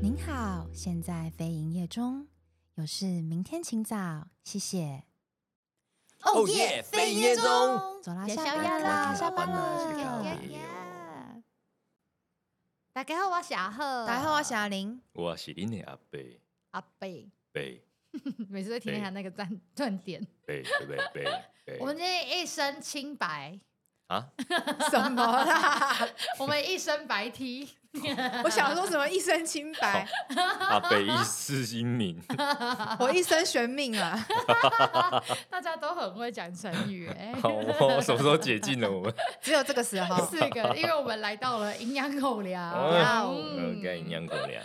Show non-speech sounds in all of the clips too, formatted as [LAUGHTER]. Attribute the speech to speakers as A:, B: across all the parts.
A: 您好，现在非营业中，有事明天请早，谢谢。
B: 哦耶，飞营业中。
A: 走啦，
C: 也
A: 下
C: 宵
A: 班
C: 夜啦
A: 啦，下班
C: 下班
A: 了
C: 了。大家好，我小贺，
A: 大家
D: 啊呃
A: 好，我是阿玲。
B: 我是恁的阿贝
C: 阿贝，
B: 贝
C: 每次都听一下那个断断点。
B: 贝对不对？贝 [LAUGHS] 贝，
C: 我们这一身
B: [LAUGHS]
C: 清白，
B: 啊，
D: [LAUGHS] 什么啦？
C: 我们一身白 T，
D: 我想说什么一身清 [LAUGHS] 白，
B: 阿贝一世英名，
D: 我一生玄命啊！
C: 大家都很会讲成语哎、
B: [LAUGHS] 好，我什么时候解禁了？我 [LAUGHS] 们
D: [LAUGHS] 只有这个时 [LAUGHS] 候，
C: 四个，因为我们来到了营养口粮。嗯
D: 哇哦
B: 呃，该营养狗粮，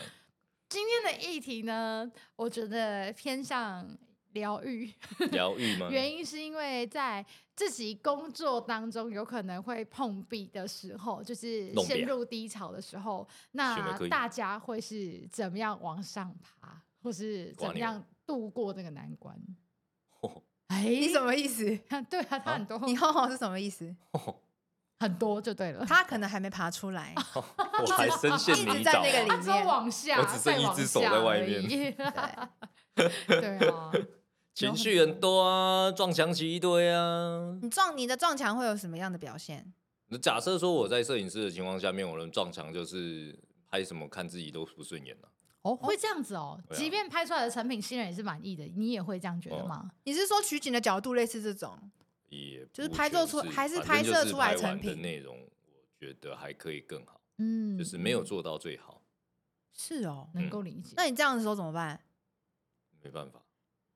C: 今天的议题呢，我觉得偏向疗愈。
B: 疗愈吗？ [LAUGHS]
C: 原因是因为在自己工作当中有可能会碰壁的时候，就是
B: 弄
C: 陷
B: 壁啊
C: 入低潮的时候，
B: 想不
C: 那
B: 开
C: 大家会是怎么样往上爬，或是怎
B: 哇
C: 么
B: 你
C: 样度过这个难关？ [LAUGHS]
B: 哦
C: 哎，
D: 你什么意思？
C: 么？对啊，他很多、
D: 你吼吼是什么意 [LAUGHS] 思？
B: 哦
C: 很多就对了。
D: 他可能还没爬出来，
B: 我还深陷
D: 一
B: 泥
D: 直在
B: 沼
D: 那个
B: 啊，
D: 里
C: 他只有往下，
B: 我只剩
C: 再
B: 一
C: 往
B: 只手
C: 下
B: 在外
C: 而
B: 面
C: [LAUGHS] 已
D: [LAUGHS] 对啊
C: 对啊，
B: 情绪很多啊，撞墙起一堆啊。
D: 你撞你的撞墙会有什么样的表现？
B: 假设说我在摄影师的情况下面，我能撞墙，就是拍什么看自己都不顺眼啊了、
C: 哦，会这样子哦。
B: 对啊
C: 即便拍出来的成品，新人也是满意的，你也会这样觉得
B: 哦
C: 吗？
D: 你是说取景的角度类似这种？
B: 也不
D: 就是拍做出
B: 全
D: 还是
B: 反正就是
D: 拍摄出来
B: 拍完
D: 成品
B: 的内容，我觉得还可以更好，
C: 嗯，
B: 就是没有做嗯到最好，
D: 是哦，
C: 能够理解。
D: 那你这样的时候怎么办？
B: 没办法，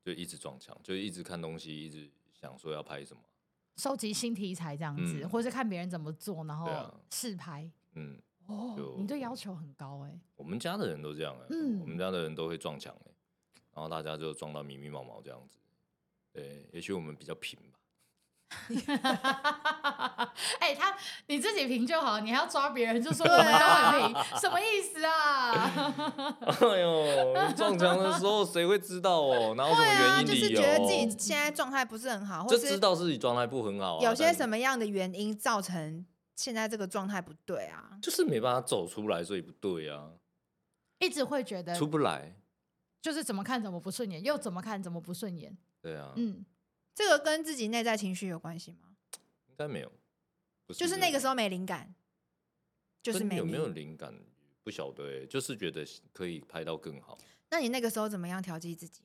B: 就一直撞墙，就一直看东西，一直想说要拍什么，
C: 收集新题材这样子，
B: 嗯
C: 或是看别人怎么做，然后
B: 对啊
C: 试拍。
B: 嗯，
C: 哦
B: 就，
C: 你对要求很高哎、
D: [LAUGHS]
B: 我们家的人都这样哎、
C: 嗯
B: 我们家的人都会撞墙哎、然后大家就撞到迷迷毛毛这样子。对，也许我们比较平吧。 [LAUGHS]
C: 哎、他你自己评就好，你还要抓别人，就
B: [LAUGHS]
C: 说我们都很评，什么意思
D: [LAUGHS]
C: 啊？
B: 哎呦，撞墙的时候谁会知道哦？哪有什
D: 对
B: 么
D: 啊，
B: 原因
D: 就
B: 理
D: 是
B: 由？
D: 觉得自己现在状态不是很好，或
B: 就是知道自己状态不很好、啊，
D: 有些
B: 但
D: 什么样的原因造成现在这个状态不对啊？
B: 就是没办法走出来，所以不对啊，
C: 一直会觉
D: 呃
C: 得
B: 出不来。
C: 就是怎么看怎么不顺眼，又怎么看怎么不顺眼。
B: 对啊，
C: 嗯，
D: 这个跟自己内在情绪有关系吗？
B: 应该没有，不
D: 就是那个时
B: 候
D: 候没灵感，就是没
B: 有没有
D: 力
B: 灵感不晓得、欸，就是觉得可以拍到更好，
D: 那你那个时候怎么样调剂自己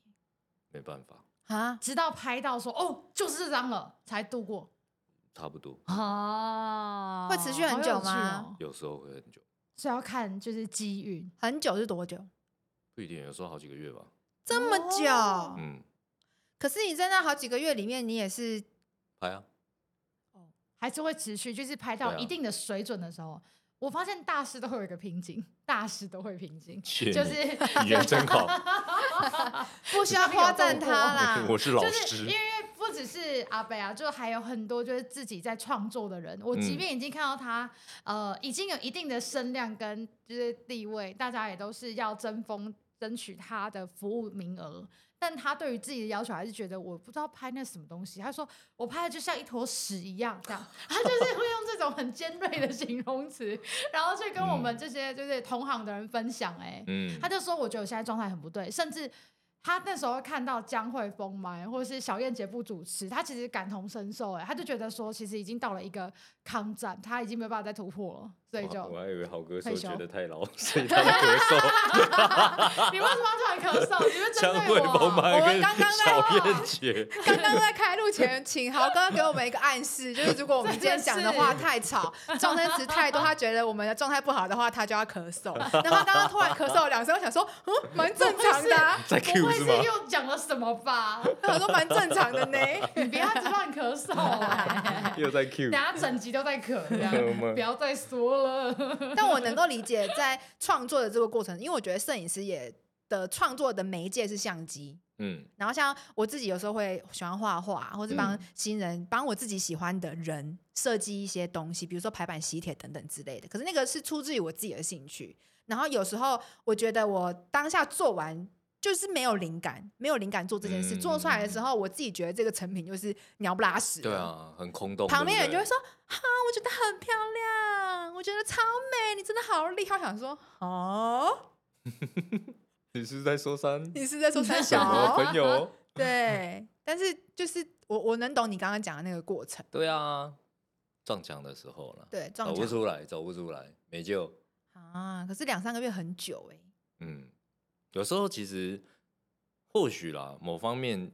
B: 没办法，
D: 啊？
C: 直到拍到说哦，就是这张了，才度过
B: 差不多，
C: 啊。
D: 会持续很久
C: 好有趣
D: 吗
C: 哦
B: 有时候会很久，
C: 所以要看就是机运。
D: 很久是多久？
B: 不一定，有时候好几个月吧。
D: 这么久？
C: 哦
B: 嗯，
D: 可是你在那好几个月里面，你
B: [LAUGHS]
D: 也是
B: 拍啊，
C: 还是会持续，就是拍到
B: 对啊
C: 一定的水准的时候，我发现大师都会有一个瓶颈，大师都会瓶颈，
B: 谢
C: 就
B: 你
C: 是
B: 语言真
D: [LAUGHS]
B: 好，。
D: 不需要夸赞他啦
B: [LAUGHS] 我是老
C: 就是
B: 师
C: 因为。不只是阿北啊，就还有很多就是自己在创作的人。我
B: 嗯
C: 即便已经看到他，呃，已经有一定的声量跟就是地位，大家也都是要争锋争取他的服务名额。但他对于自己的要求还是觉得我不知道拍那什么东西。他说我拍的就像一坨屎一样，这样，他就是会用这种很尖锐的形容词，然后去跟我们这些就是同行的人分享、哎、
B: 嗯
C: 他，就说我觉得我现在状态很不对，甚至他那时候看到江蕙封麦或者是小燕姐不主持，他其实感同身受，哎，他就觉得说其实已经到了一个抗战，他已经没有办法再突破了，所以就
B: 我还以为好歌手
C: 退休
B: 觉得太
D: [LAUGHS]
B: 老，所以他的咳嗽。
C: 你为什么要突然咳嗽？你们针
B: 江
C: 对
B: 惠丰
C: 我？
B: 麦
D: 啊我
B: 跟
D: 刚刚在哦
B: 小燕
D: [LAUGHS]
B: 姐，
D: [LAUGHS] 刚刚在开录前，请豪哥给我们一个暗示，就是如果我们今天讲的
B: [LAUGHS]
D: 话太吵，撞声词太多，他觉得我们的状态不好的话，他就要咳嗽。
B: [LAUGHS]
D: 然后他刚刚突然咳嗽了两声，我想说，嗯，蛮正常的、
B: [LAUGHS]
D: 啊，
B: 在
C: 不
B: Q
C: 会
B: 是
C: 是
B: 吗？
C: 又讲了什么吧？
D: 我想说蛮正常的呢。
C: 你不要一直乱咳
B: [LAUGHS]
C: 嗽、哎
B: 又
D: [LAUGHS]
B: 在 Q
C: 等。下整集都在咳，这
B: 我
C: 样
B: 们
C: 不要再说了。
B: [LAUGHS]
D: 但我能够理解在创作的这个过程，因为我觉得摄影师也的创作的媒介是相机。
B: 嗯，
D: 然后像我自己有时候会喜欢画画，或是帮新人、帮我自己喜欢的人设计一些东西，比如说排版、喜帖等等之类的。可是那个是出自于我自己的兴趣。然后有时候我觉得我当下做完就是没有灵感，没有灵感做这件事，
B: 嗯
D: 做出来的时候我自己觉得这个成品就是鸟不拉屎。
B: 对。啊，很空洞。
D: 旁边
B: 对
D: 人
B: 不
D: 就
B: 对
D: 会说：“哈、我觉得很漂亮，我觉得超美，你真的好厉害。”我想说：“哦，
B: 你是在说三？
D: 你是在说三
B: [LAUGHS] 什么
D: [LAUGHS] 小？
B: 朋友？
D: 对，但是就是我我能懂你刚刚讲的那个过程，
B: 对啊，撞墙的时候了，
D: 对，
B: 走
D: 撞
B: 不
D: 墙
B: 出来，走不出来，没救。
D: 啊，可是两三个月很久哎、
B: 嗯，有时候其实或许啦，某方面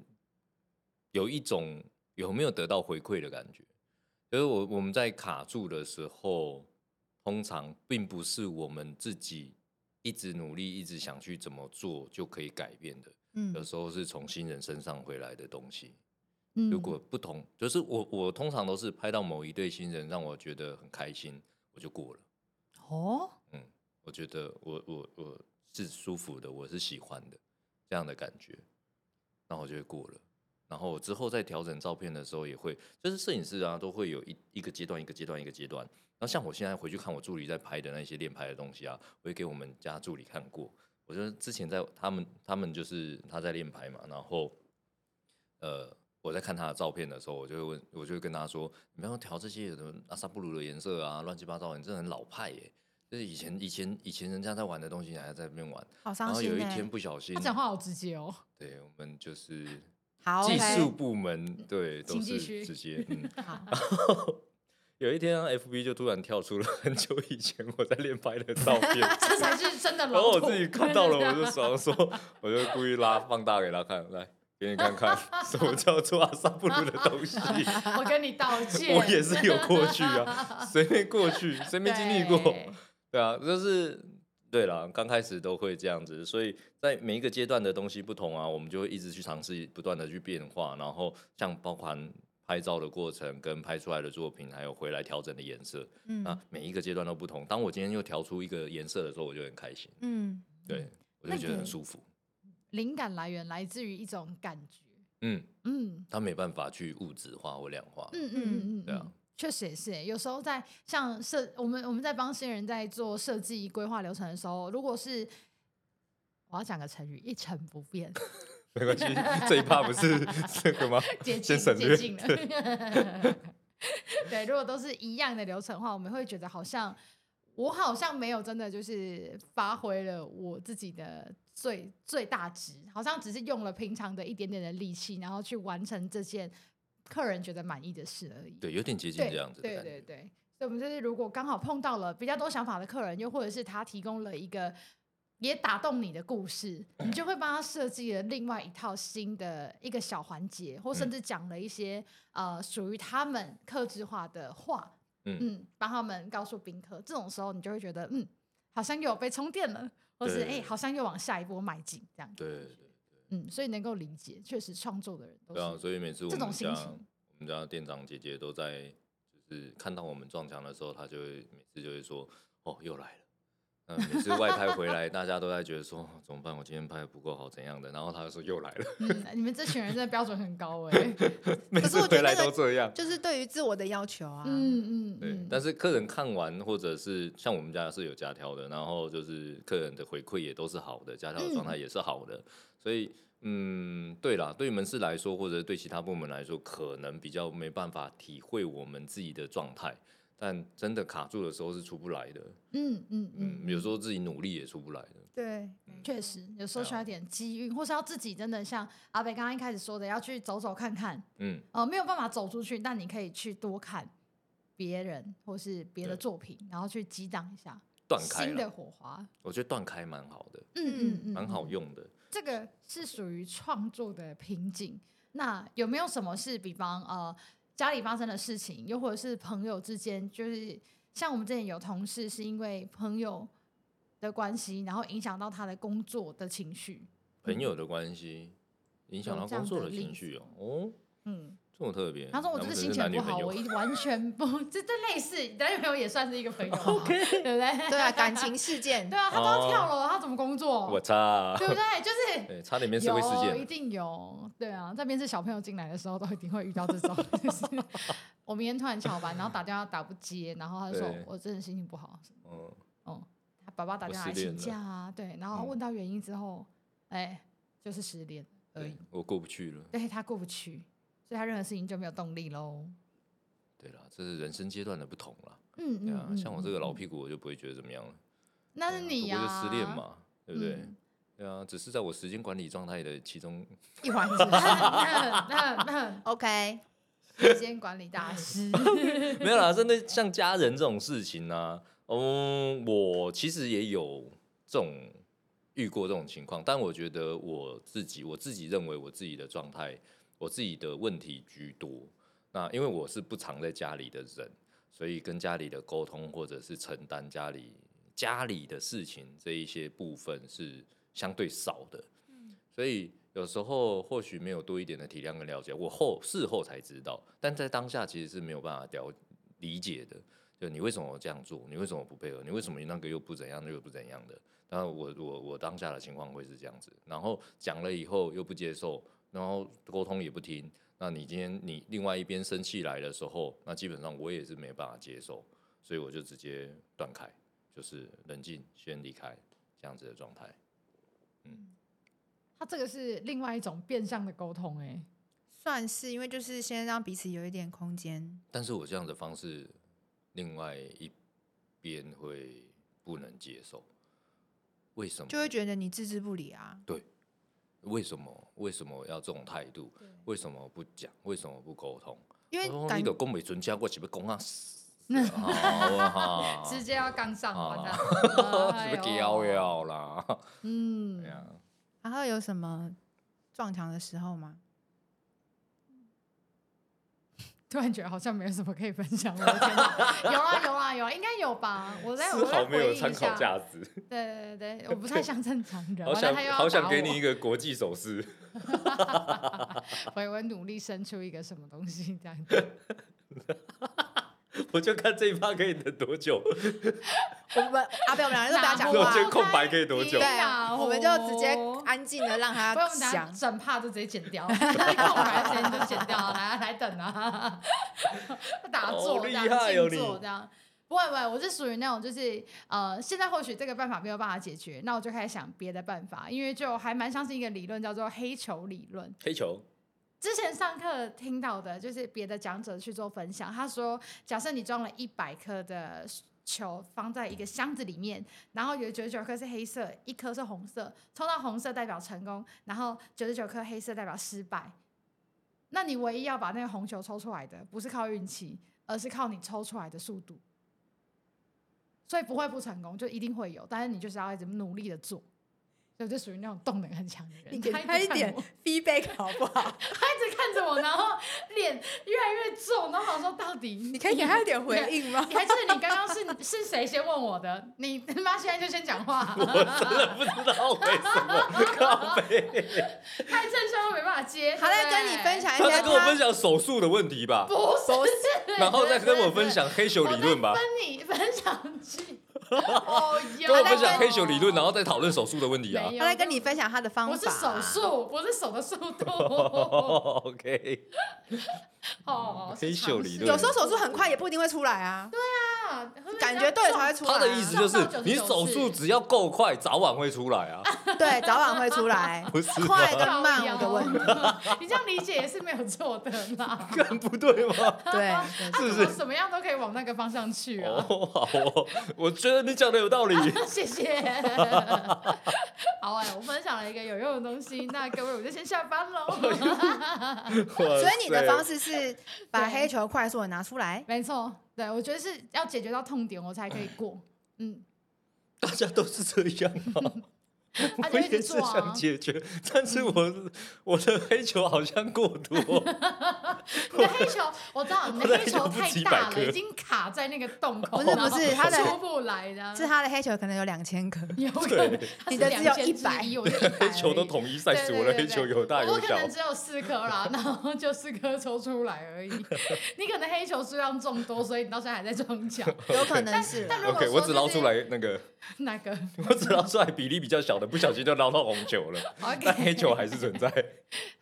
B: 有一种有没有得到回馈的感觉，就是我我们在卡住的时候，通常并不是我们自己一直努力、一直想去怎么做就可以改变的，
D: 嗯
B: 有时候是从新人身上回来的东西。
C: 嗯
B: 如果不同，就是我我通常都是拍到某一对新人，让我觉得很开心，我就过了。
C: 哦，
B: 我觉得我我我是舒服的，我是喜欢的这样的感觉，然后我就会过了。然后我之后再调整照片的时候，也会就是摄影师啊，都会有一一个阶段一个阶段一个阶段。然后像我现在回去看我助理在拍的那些练拍的东西啊，我也给我们家助理看过。我就是之前在他们他们就是他在练拍嘛，然后呃我在看他的照片的时候，我就会问，我就会跟他说，你不要调这些有的阿萨布鲁的颜色啊，乱七八糟，你真的很老派耶、就是以前以前以前人家在玩的东西，你还在那边玩，
D: 好
B: 然
D: 伤
B: 后
D: 心
B: 有一
D: 哎、
B: 天不小心
C: 他，讲话好直接哦，
B: 对我们就是
D: 好
B: 技
D: OK
B: 术部门对都
C: 请
B: 是
C: 继续
B: 直
C: [LAUGHS]
B: 接嗯。
D: 好
B: 有一天、啊、，FB 就突然跳出了很久以前我在练拍的照
C: [LAUGHS]
B: 片，
C: 这才是真的
B: 然后
C: 老
B: 我
C: 土。
B: 自己看
C: [LAUGHS]
B: 到了，我就想说，我就故意拉放大给他看，来给你看看什么叫做阿萨布鲁的东
C: [LAUGHS]
B: 西。
C: 我跟你道歉，
B: 我也是有过去啊，谁没过去，谁没经历过？
C: 对
B: 对啊，就是对啦，刚开始都会这样子，所以在每一个阶段的东西不同啊，我们就会一直去尝试，不断的去变化，然后像包含拍照的过程、跟拍出来的作品，还有回来调整的颜色，
D: 嗯
B: 啊，每一个阶段都不同。当我今天又调出一个颜色的时候，我就很开心，
D: 嗯
B: 对我就觉得
C: 那
B: 很
C: 个
B: 舒服。
C: 灵感来源来自于一种感觉，
B: 嗯，
C: 嗯
B: 它没办法去物质化或量化，
C: 嗯嗯嗯嗯，
B: 对啊
C: 嗯确实也是耶。有时候在像设我们我们在帮新人在做设计规划流程的时候，如果是我要讲个成语，一成不变，
B: 没关系，这一趴不是 [LAUGHS] 这个吗？
C: [LAUGHS] 接近
B: 先省
C: 接
B: 略
C: 近了。 [LAUGHS] 对，如果都是一样的流程的话，我们会觉得好像我好像没有真的就是发挥了我自己的最最大值，好像只是用了平常的一点点的力气，然后去完成这件客人觉得满意的事而已。
B: 对，有点接近
C: 对
B: 这样子的
C: 对
B: 感觉
C: 对对，所以我们就是如果刚好碰到了比较多想法的客人，又或者是他提供了一个也打动你的故事，你就会帮他设计了另外一套新的一个小环节，或甚
B: 嗯
C: 至讲了一些、呃属于他们克制化的话，
B: 嗯
C: 嗯，帮他们告诉宾客。这种时候，你就会觉得嗯，好像又有被充电了，或是
B: 对
C: 哎、好像又往下一波迈进这样。
B: 对对。
C: 嗯，所以能够理解，确实创作的人都
B: 对啊，
C: 是
B: 所以每次我
C: 这
B: 们
C: 种
B: 家
C: 心
B: 我
C: 情
B: 们家店长姐姐都在，就是看到我们撞墙的时候，她就会每次就会说：“哦，又来了。”那每次外拍回来，大家都在觉得说哦怎么办？我今天拍的不够好，怎样的？然后她就说又来了，
C: 嗯，你们这群人真的标准很高哎、
B: [LAUGHS] 每
D: 可是
B: 次
D: 我觉
B: 回
D: 得
B: 来
D: 那个
B: 都这样。
D: 就是对于自我的要求啊，
C: 嗯嗯，
B: 对
C: 嗯，
B: 但是客人看完，或者是像我们家是有家挑的，然后就是客人的回馈也都是好的，家挑的
C: 嗯
B: 状态也是好的，所以嗯，对啦，对门市来说，或者对其他部门来说，可能比较没办法体会我们自己的状态，但真的卡住的时候是出不来的，
C: 嗯嗯嗯
B: 嗯，，有时候自己努力也出不来的，
D: 对，
C: 确实有时候
B: 对啊
C: 需要一点机遇，或是要自己真的像阿北刚刚一开始说的，要去走走看看，
B: 嗯，
C: 呃，没有办法走出去，但你可以去多看别人或是别的
B: 对
C: 作品，然后去激荡一下
B: 断开
C: 新的
B: 了，
C: 火花。
B: 我觉得断开蛮好的，
C: 嗯嗯嗯，
B: 蛮好
C: 嗯
B: 用的。
C: 这个是属于创作的瓶颈。那有没有什么是，比方呃家里发生的事情，又或者是朋友之间，就是像我们之前有同事是因为朋友的关系，然后影响到他的工作的情绪，
B: 朋友的关系影响
C: 有
B: 到
C: 这样
B: 工作
C: 的
B: 的
C: 例
B: 情
C: 子
B: 绪哦
C: 吗，
B: 哦，
C: 嗯，
B: 这么特别。
C: 他说我
B: 难
C: 只
B: 不
C: 是
B: 成
C: 心情
B: 男
C: 不
B: 女朋
C: 好，
B: 友
C: 我一完全不， [LAUGHS] 这这类似男女朋友也算是一个朋友，OK，
B: [LAUGHS]
C: 对不对？
D: 对啊，感情事
C: [LAUGHS]
D: 件
C: 对啊，他都要
B: 哦
C: 跳楼了，他怎么工作？
B: 我擦，啊
C: 对不对？哦就
B: [LAUGHS]
C: 是
B: 对，差点变社会事件
C: 有，一
B: 了。
C: 定有，对啊，这边是小朋友进来的时候都一定会遇到这种，就是我明天突然翘班，然后打电话打不接，然后他就说
B: 对
C: 我真的心情不好，
B: 嗯，
C: 哦，他爸爸打电话来
B: 我失恋
C: 请
B: 了
C: 假啊，对，然后问到原因之后，哎、就是失恋而
B: 对
C: 已，，
B: 我过不去了。
C: 对他过不去，所以他任何事情就没有动力喽。
B: 对啦，这是人生阶段的不同啦。
C: 嗯
B: 对啊，
C: 嗯，
B: 像我这个老
C: 嗯，
B: 屁股，我就不会觉得怎么样了。
C: 那
B: 对啊
C: 是你
B: 不
C: 呀、
B: 过就失恋嘛，对不对？
C: 嗯
B: 对啊，只是在我时间管理状态的其中，
D: 一环是
C: 那那
D: OK，
C: 时间管理大师，
B: [LAUGHS] 没有啦，真的像家人这种事情呢、嗯，我其实也有这种遇过这种情况，但我觉得我自己，我自己认为我自己的状态，我自己的问题居多。那因为我是不常在家里的人，所以跟家里的沟通或者是承担家里家里的事情这一些部分是相对少的，所以有时候或许没有多一点的体谅跟了解，我后事后才知道，但在当下其实是没有办法了理解的。就你为什么这样做？你为什么不配合？你为什么那个又不怎样，那个又不怎样的？当然我我我当下的情况会是这样子，然后讲了以后又不接受，然后沟通也不听。那你今天你另外一边生气来的时候，那基本上我也是没办法接受，所以我就直接断开，就是冷静，先离开这样子的状态。
C: 他这个是另外一种变相的沟通、欸，
D: 算是因为就是先让彼此有一点空间，
B: 但是我这样的方式，另外一边会不能接受，为什么？
D: 就会觉得你置之不理啊。
B: 为什么为什么要这种态度？为什么不讲？为什么不沟通？
D: 因为
B: 哦、
D: 感
B: 你
D: 觉
B: 的公美存家，我岂不
C: [LAUGHS]
B: 公啊？啊，
C: 直接要杠上，
B: 啊
C: 完蛋，哎
B: [LAUGHS] 是
C: 呦
B: 不是要要啦？
C: 嗯
B: 对，啊哎呀、
D: 然后有什么撞墙的时候吗？
C: 突然觉得好像没有什么可以分享了。我的
B: [LAUGHS]
C: 天哪有啊有啊有啊，应该有吧？我在我在回忆一下。
B: 值。
C: 对对对，我不太像正常
B: [LAUGHS]
C: 人。
B: 好想
C: 完了他又要
B: 好想
C: 打
B: 给
C: 我
B: 你一个国际手势， [LAUGHS]
C: 回我努力生出一个什么东西
B: [LAUGHS]
C: 这样子。
B: 我就看这一趴可以等多久，
D: 我们啊阿贝，我们两个都不要讲
C: 哪
B: [LAUGHS] 这种
C: 我哪
B: 间
C: 间
D: 话，
B: 空白可以多久
C: 天？哪哦
D: 对，我们就直接安静的让他
C: 不然我们等下
D: 想。
C: 整帕就直接剪掉，一空白时间就剪掉，来来等啊，打坐这样，
B: 好厉害哦
C: 静坐这样。不会不会，我是属于那种就是呃，现在或许这个办法没有办法解决，那我就开始想别的办法，因为就还蛮相信一个理论叫做黑球理论。
B: 黑球， [LAUGHS]
C: 之前上课听到的，就是别的讲者去做分享，他说，假设你装了一百颗的球放在一个箱子里面，然后有九十九颗是黑色，一颗是红色，抽到红色代表成功，然后九十九颗黑色代表失败。那你唯一要把那个红球抽出来的，不是靠运气，而是靠你抽出来的速度。所以不会不成功，就一定会有，但是你就是要一直努力的做。所以我就属于那种动能很强的人。
D: 你给
C: 他直
D: 他一
C: 看
D: 点
C: 我
D: feedback 好不好？
C: 他一直看着我，然后脸越来越重，然后我想说到底
D: [LAUGHS] 你可以给他一点回应吗
C: 你？还记得你刚刚是 [LAUGHS] 是谁先问我的？你他妈现在就先
D: [LAUGHS]
C: 讲话，
B: 我真的不知道为什
C: [LAUGHS]
B: 么靠背。
C: 太正向又没办法接。
D: 好，
C: 对
D: 再
C: 不
D: 跟
C: 对
D: 你分享一
B: 他
D: 下
B: 在跟我分享手术的问题吧，
C: 不是，
B: 然后再跟我分享黑球理论吧
C: 我在，跟你分享去，哦，
B: 跟我分
D: 我在
B: 享
D: 跟
B: 黑球理论，然后再讨论手术的问题啊
C: 没。有
D: 他在跟你分享他的方法。啊
C: 不是手，术，不是手的速
B: [LAUGHS]
C: 度， [LAUGHS]
B: OK，
C: 哦，
B: 黑秀理论
D: 有时候手术很快也不一定会出来啊，
C: 啊
D: 感觉对才会出来啊。
B: 他的意思就是
C: 上到99
B: 你手术只要够快，早晚会出来啊， [LAUGHS]
D: 对，早晚会出来，
B: 不是啊吗
D: 快跟慢我的问题。
C: 题，你这样理解也是没有错的啦。
B: 更不对吗？
D: [LAUGHS] 对，
B: 是不
C: [LAUGHS] 怎么
B: 是？
C: 什么样都可以往那个方向去啊。
B: 哦，好哦，我觉得你讲的有道理。
C: [LAUGHS] 谢谢。好哎、我分享了一个有用的东西，那各位我就先下班喽。
D: 所
B: 所
D: 以你的方式是把黑球快速的拿出来。
C: 没错，对我觉得是要解决到痛点，我才可以
B: [LAUGHS]
C: 过。嗯，
B: 大家都是这样吗？
C: [LAUGHS] 他
B: 我
C: 就一
B: 也
C: 直
B: 是
C: 做啊
B: 想，解决，但是我我的黑球好像过
C: [LAUGHS]
B: 多。
C: 你的黑球，我知道你
B: 我
C: 的
B: 的
C: 黑
B: 黑
C: 球
B: 球不
C: 太
B: 及
C: 大
B: 百
C: 了，
B: 颗
C: 已经卡在那个洞口，
D: 不是不是它的
C: 然后出不来的，
D: 是他的黑球可能有两千颗，
C: 有可能
B: 对
C: 它是
D: 你的只有
C: 2000之
D: 100
C: 我就
B: [LAUGHS]
C: 100
B: 黑球都
C: 而已
B: 统一赛
C: 对
B: 事，
C: 对
B: 我的
C: 哎对
B: 黑
C: 对
B: 球有大有
C: 我可
B: 小
C: 能。只有四颗啦， [LAUGHS] 然后就四颗抽出来而已。 [LAUGHS] 你可能黑球数量众多，所以你到现在还在撞
B: [LAUGHS]
C: 墙。
D: [LAUGHS] 有可能是啦
C: 但如果
B: OK，
C: 说
B: 我
C: 就
B: 只捞
C: 是
B: 出来那个， [LAUGHS]
C: 那个
B: 我只捞出来比例比较小的，不小心就捞到红球了，但
C: [LAUGHS] OK，
B: 黑球还是存在。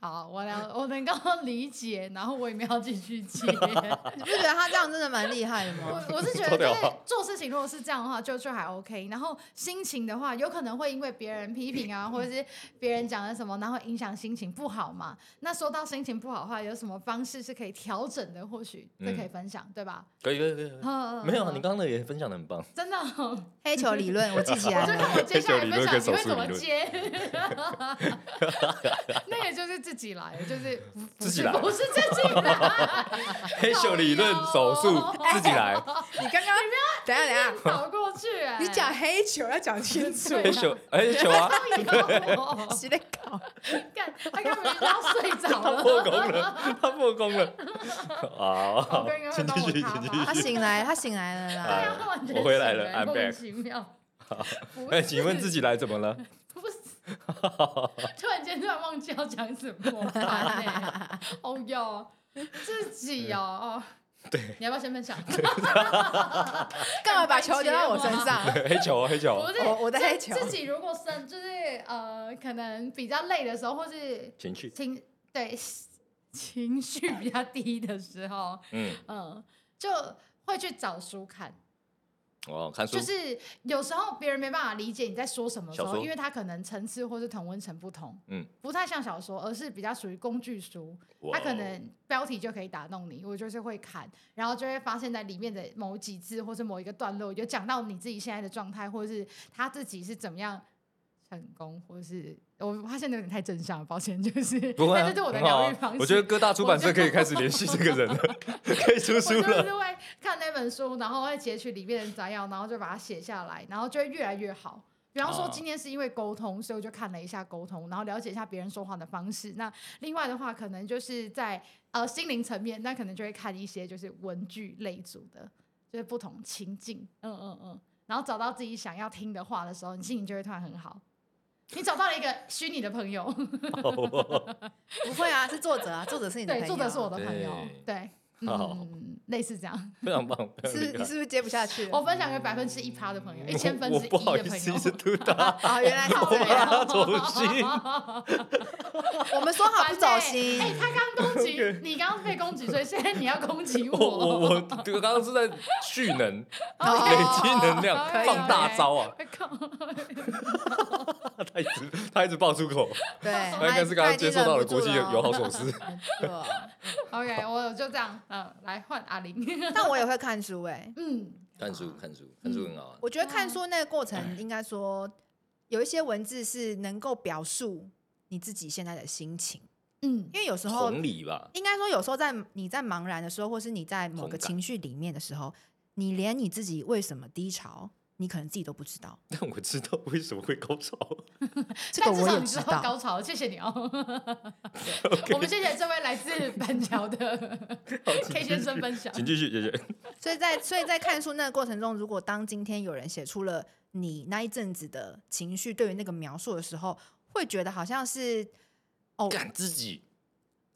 C: 好，我了，我能够理解，然后我也没有继
B: [LAUGHS]
C: 续接。
D: 你不觉得他这样真的蛮厉害的
C: 我
D: 吗？ [LAUGHS]
C: 我是觉
B: 受
C: 得，
B: 得了
C: 就
B: 啊
C: 是做事情如果是这样的话，就就还 OK。然后心情的话，有可能会因为别人批评啊，或者是别人讲了什么，然后影响心情不好嘛。那说到心情不好的话，有什么方式是可以调整的？或许这可以分享，对吧？ [LAUGHS]
B: 可以可以可以可以，嗯没有啊，你刚刚也分享的很棒，啊
C: 真的哦，
D: 黑球理论我记起
C: 我
D: 来
C: 就
D: 了。
C: 看我接下来分享你会怎么
B: 黑球理论跟手术 [LAUGHS]
C: 接。那个就是自己来，就是不不
B: 自
C: 是
B: 己来
C: 不是自己来，
B: 黑手理论手术自己来，
D: [LAUGHS] 你刚 [LAUGHS] 刚等一下等一下，
C: 倒过去、哎
D: 你讲黑球要讲清 [LAUGHS] 楚，
B: 黑手黑手啊，
C: 哎呦
D: 是在搞
C: 干，他根本就要睡着
B: 他
C: 了。 [LAUGHS]
B: 破功了，他破功了，
C: 我
B: 啊
C: 刚刚，
B: 请
C: 帮
B: 继
C: 我啊
B: 续，请继
D: 他
C: 卡吧
B: 续。
D: 醒来，他醒来了
C: 对
D: 啦。
C: 啊，他完全
B: 我回来
C: 醒
B: 了，I'm
C: 莫名
B: back
C: 其妙。不
B: 哎，
C: 是
B: 请问自己来怎么了？
C: 不是？突然间突然忘记要讲什么，烦欸哦哟，自己
B: [LAUGHS]
C: 哦哦。对，你要不要先分享？
D: [LAUGHS] 干嘛把球丢到我身上？
B: [LAUGHS] 黑球，黑球
C: 不，是
D: 我我的
C: 自
D: 黑球
C: 自己如果生就是呃，可能比较累的时候，或是
B: 情绪，
C: 情对情绪
D: [LAUGHS]
C: 比较低的时候，
B: 嗯，
C: 嗯，就会去找书看。
B: 哦，看书
C: 就，是有时候别人没办法理解你在说什么时
B: 小
C: 候，
B: 说
C: 因为他可能层次或是同温层不同，
B: 嗯，
C: 不太像小说，而是比较属于工具书，
B: 哇
C: 它
B: 哦
C: 可能标题就可以打动你，我就是会看，然后就会发现在里面的某几字或是某一个段落，有讲到你自己现在的状态，或是他自己是怎么样成功，或是我发现的有点太正向了，抱歉，就是，
B: 不会啊，
C: 但这是我的
B: 很好啊
C: 疗愈方式。
B: 我觉得各大出版社
C: 我就
B: 可以开始联系这个人了， [LAUGHS] 可以出
C: 我
B: 书
C: 就
B: 了。
C: 是会看那本书，然后会截取里面的摘要，然后就把它写下来，然后就会越来越好。比方说，
B: 啊
C: 今天是因为沟通，所以我就看了一下沟通，然后了解一下别人说话的方式。那另外的话，可能就是在呃心灵层面，那可能就会看一些就是文具类组的，就是不同情境，嗯嗯嗯，然后找到自己想要听的话的时候，你心情就会突然很好。你找到了一个虚拟的朋友，
D: [LAUGHS]
C: [LAUGHS]
D: 不会啊，是作者啊，作者是你的朋
C: 对，
D: 友。
C: 作者是我的朋友，对，
B: 好
C: 嗯，类似这样。
B: 非常棒，非常
D: 是
B: 厉
D: 啊你
B: 害
D: 是不是接不下去了？ [LAUGHS]
C: 我分享给百分之一趴的朋友，一千分
B: 我
C: 之一
B: 不好
C: 的
B: 意
C: 朋
B: 思，
C: 友
B: 一。直吐 [LAUGHS] 他，哎
D: 哦，原来是这样。
B: 他走心。
D: 我们说好不走心
C: 哎、， [LAUGHS] 他
B: [LAUGHS]
C: 刚攻击你，刚刚被攻击，所以现在你要攻击
B: 我
C: 我。
B: 我我，我刚刚是在蓄能，
D: 哦
B: 累积能量
C: 可，以
B: 放大招啊！
C: [LAUGHS] 靠
B: 他一直他一直爆粗口，
D: 对，
B: 他应该是刚刚接受到了国际友友好手势。
D: 好。
C: OK，我就这样，嗯、来换阿玲。 [LAUGHS]
D: 但我也会看书哎，
C: 嗯，
B: 看书，看书，看书很好啊。
D: 我觉得看书那个过
C: 哎
D: 程，应该说有一些文字是能够表述你自己现在的心情，
C: 嗯
D: 因为有时候
B: 同理吧，
D: 应该说，有时候在你在茫然的时候，或是你在某
B: 同
D: 个
B: 感
D: 情绪里面的时候，你连你自己为什么低潮，你可能自己都不知
C: [LAUGHS]
D: 道。
B: 但我知道为什么会高潮。
D: 这个
C: 但至
D: 我
C: 少
D: 也
C: 你知
D: 知
C: 道
D: 道。
C: 高潮，谢谢你哦。 [LAUGHS] 我们谢谢这位来自板桥的 K 先生分享。
B: 请继续，姐姐。
D: 所以在所以在看书那个过程中，如果当今天有人写出了你那一阵子的情绪对于那个描述的时候，会觉得好像是哦，
B: [LAUGHS] 干自己，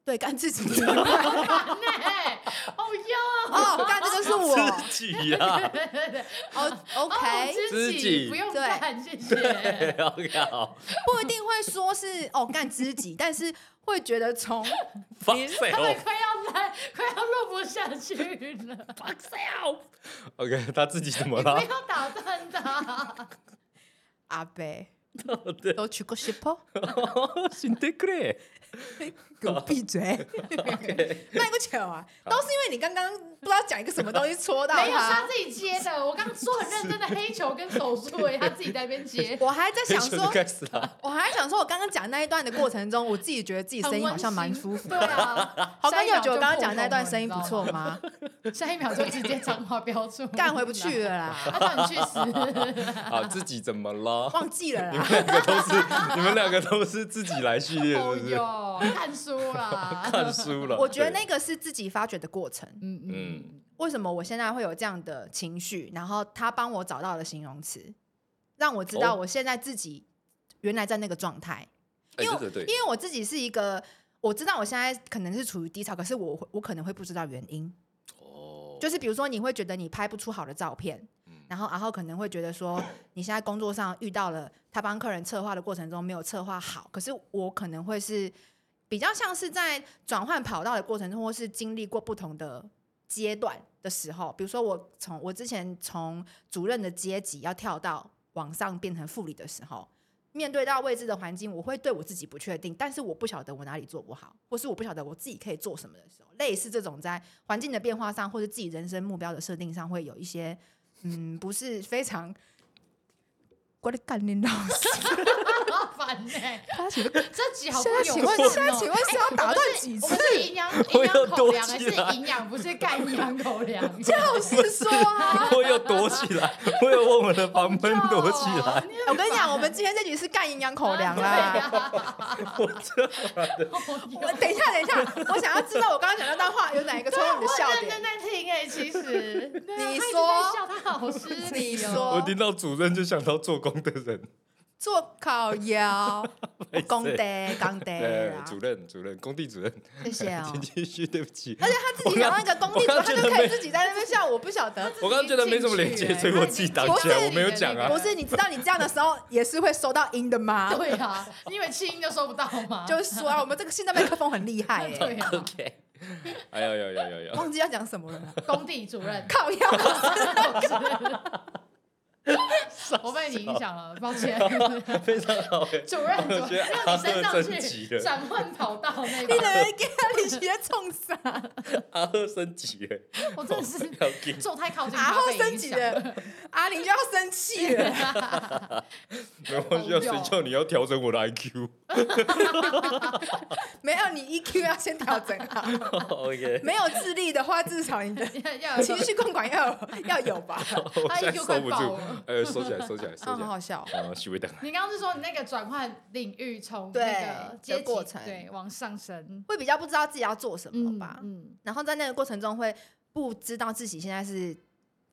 D: 对，干自己
C: [LAUGHS] 哎哦哟，
D: 哦，干这就是我
B: 自己
C: [LAUGHS]
B: 呀。
D: 哦
C: 哦 [LAUGHS]
D: ，OK，
C: 知
B: 啊知
C: 己
B: 己
C: 不用
D: 对
C: 干，谢谢。
B: OK，好，
D: 不一定会说是哦干知己，但是会觉得从
B: [LAUGHS] 放 s
C: 他们
B: e
C: 快要来，快要录不下去了。Fuck self！
B: [LAUGHS] OK，他自己怎么
C: 你不
B: 了？
C: 要打断
D: [LAUGHS]
C: 他。
D: 阿贝
B: 哦对
D: 都
B: [LAUGHS]
D: 去过 s h i
B: 新的 g
D: 给我闭嘴！
B: 哦
D: 卖个球啊，都是因为你刚刚不知道讲一个什么东西戳到
C: 没有，是他
D: 他。
C: 自己接的。我刚刚说很认真的黑球跟手术，而已，他自己在那
D: [LAUGHS]
C: 边接。
D: 我还在想说，
B: 开始了，
D: 我还想说，我刚刚讲那一段的过程中，我自己觉得自己声音好像蛮舒服。 [LAUGHS]
C: 对啊，
D: 好，跟
C: 下一秒
D: 友觉得我
C: 就
D: 刚刚
C: 破
D: 讲的那
C: 功
D: 段
C: 了
D: 声音不错？吗？
C: 你知道吗下一秒就直接脏话飙 [LAUGHS] 出，
D: 干回不去
C: 了。
D: 了啦，
C: [LAUGHS] 他叫你去死！
B: 啊，自己怎么
D: [LAUGHS]
B: 了？
D: 忘记
B: [LAUGHS]
D: 了
B: 你们两
D: 啦。
B: 个都是，你们两个都是自己来系列，
C: 哦
B: 是不是？
C: 哟，看书啦。
B: 看书了，
D: 我觉得
B: 对
D: 那个是自己发掘的过程。
C: 嗯嗯，
B: [LAUGHS]
C: [LAUGHS]
B: 嗯，
D: 为什么我现在会有这样的情绪？然后他帮我找到了形容词，让我知道
B: 哦
D: 我现在自己原来在那个状态。
B: 哎，
D: 因为
B: 这个对
D: 因，为我自己是一个，我知道我现在可能是处于低潮，可是我会我可能会不知道原因，
B: 哦，
D: 就是比如说你会觉得你拍不出好的照片，然后然后可能会觉得说你现在工作上遇到了他帮客人策划的过程中没有策划好，可是我可能会是比较像是在转换跑道的过程中，或是经历过不同的阶段的时候，比如说我从我之前从主任的阶级要跳到往上变成副理的时候，面对到未知的环境，我会对我自己不确定，但是我不晓得我哪里做不好，或是我不晓得我自己可以做什么的时候，类似这种在环境的变化上，或者自己人生目标的设定上，会有一些嗯，不是非常。我的干练老师，
C: 好烦哎、
D: 他请问 [LAUGHS]
C: 这集好不
D: 现在
C: 有
D: 请问，现
C: 趣
D: 在
C: 哦
D: 请问是要打断几
C: 我
D: 次
C: 们？是营养营
B: 我
C: 养
B: 有
C: 口
B: 多
C: 粮，还
B: 起
C: 是
B: 来
C: 营养？不是盖营养口
B: [LAUGHS]
C: 粮，
D: 就是说啊，
B: 我又躲起来，我又往我的房门躲起
C: [LAUGHS]
B: 来。
C: 啊
D: 我跟你讲，我们今天这局是干营养口粮
C: 对
D: 啦。
C: 啊
B: 我这
D: 我等一下，等一下，我想要知道我刚刚讲那段话有哪一个戳到你的笑
C: 啊我认
D: 点
C: 真。在听哎、其 [LAUGHS] 实对啊
D: 你
C: 他一直
D: 说
C: 在笑他好失礼
D: 你
C: 哦
D: 说
B: 我听到主任就想到做工的人，
D: 做烤
C: [LAUGHS]
D: 窑，公爹，公爹啊
B: 呃
D: 啦，，
B: 主任，主任，工地主任，
D: 谢谢
C: [LAUGHS]
D: 哦
B: 请。继续，对不起。
D: 他自己养一个工地主，
B: 我
D: 他
B: 刚觉得
D: 就可
B: 没
D: 以自己在那边笑，我不晓
C: [LAUGHS]
D: 得。
B: 我刚刚觉得没什么连接，所以我自己挡起来，我没有讲啊
D: 不。是，你知道你这样的时候也是会收到音的吗？
C: 对啊，你以为气音就收不到吗？
D: [LAUGHS] 就是说啊，我们这个现在麦克风很厉害耶，
C: 对啊，
B: OK，哎呦呦呦呦呦，
D: 忘记要讲什么了。，
C: 工地主
D: [LAUGHS]
C: 任
B: [LAUGHS]
D: 烤窑，
C: 我被你影响了，抱歉。
B: [LAUGHS] 非常好哎。
C: 主任，
B: 我
C: 主
B: 觉
C: 任
B: 得
C: 让
B: 阿
C: 你升
B: 赫
C: 上
B: 升级
C: 去
B: 了
C: 转换跑道那
D: 你
C: 个，
D: 能给他你学冲啥？
B: 阿赫升级了，
C: 我真的是
B: 要给
C: 坐太 [LAUGHS] 靠近
D: 阿
C: 他
D: 后
C: 被
D: 升
C: 影
D: 级
C: 响了。 [LAUGHS]
D: 了，阿啊玲就要生气了。
B: 没关系，要谁叫你要调整我的 IQ
D: 没有，你 EQ 要先调整好。
B: ？OK，
D: 没有智力的话，至少你的
C: 要有
D: 情绪控管要有要有
C: [LAUGHS]
D: 吧。
B: 我现在收不
C: 他 IQ 快
B: 住
C: 爆了，
B: 呃，收起来，收起来，收起
D: 啊，很
B: 来。
D: 好笑。
B: 呃，许威等，
C: 你刚刚是说你那个转换领域从
D: 对
C: 那个阶
D: 的
C: 级
D: 过程
C: 对往上升，
D: 会比较不知道自己要做什么
C: 嗯
D: 吧，
C: 嗯，
D: 然后在那个过程中会不知道自己现在是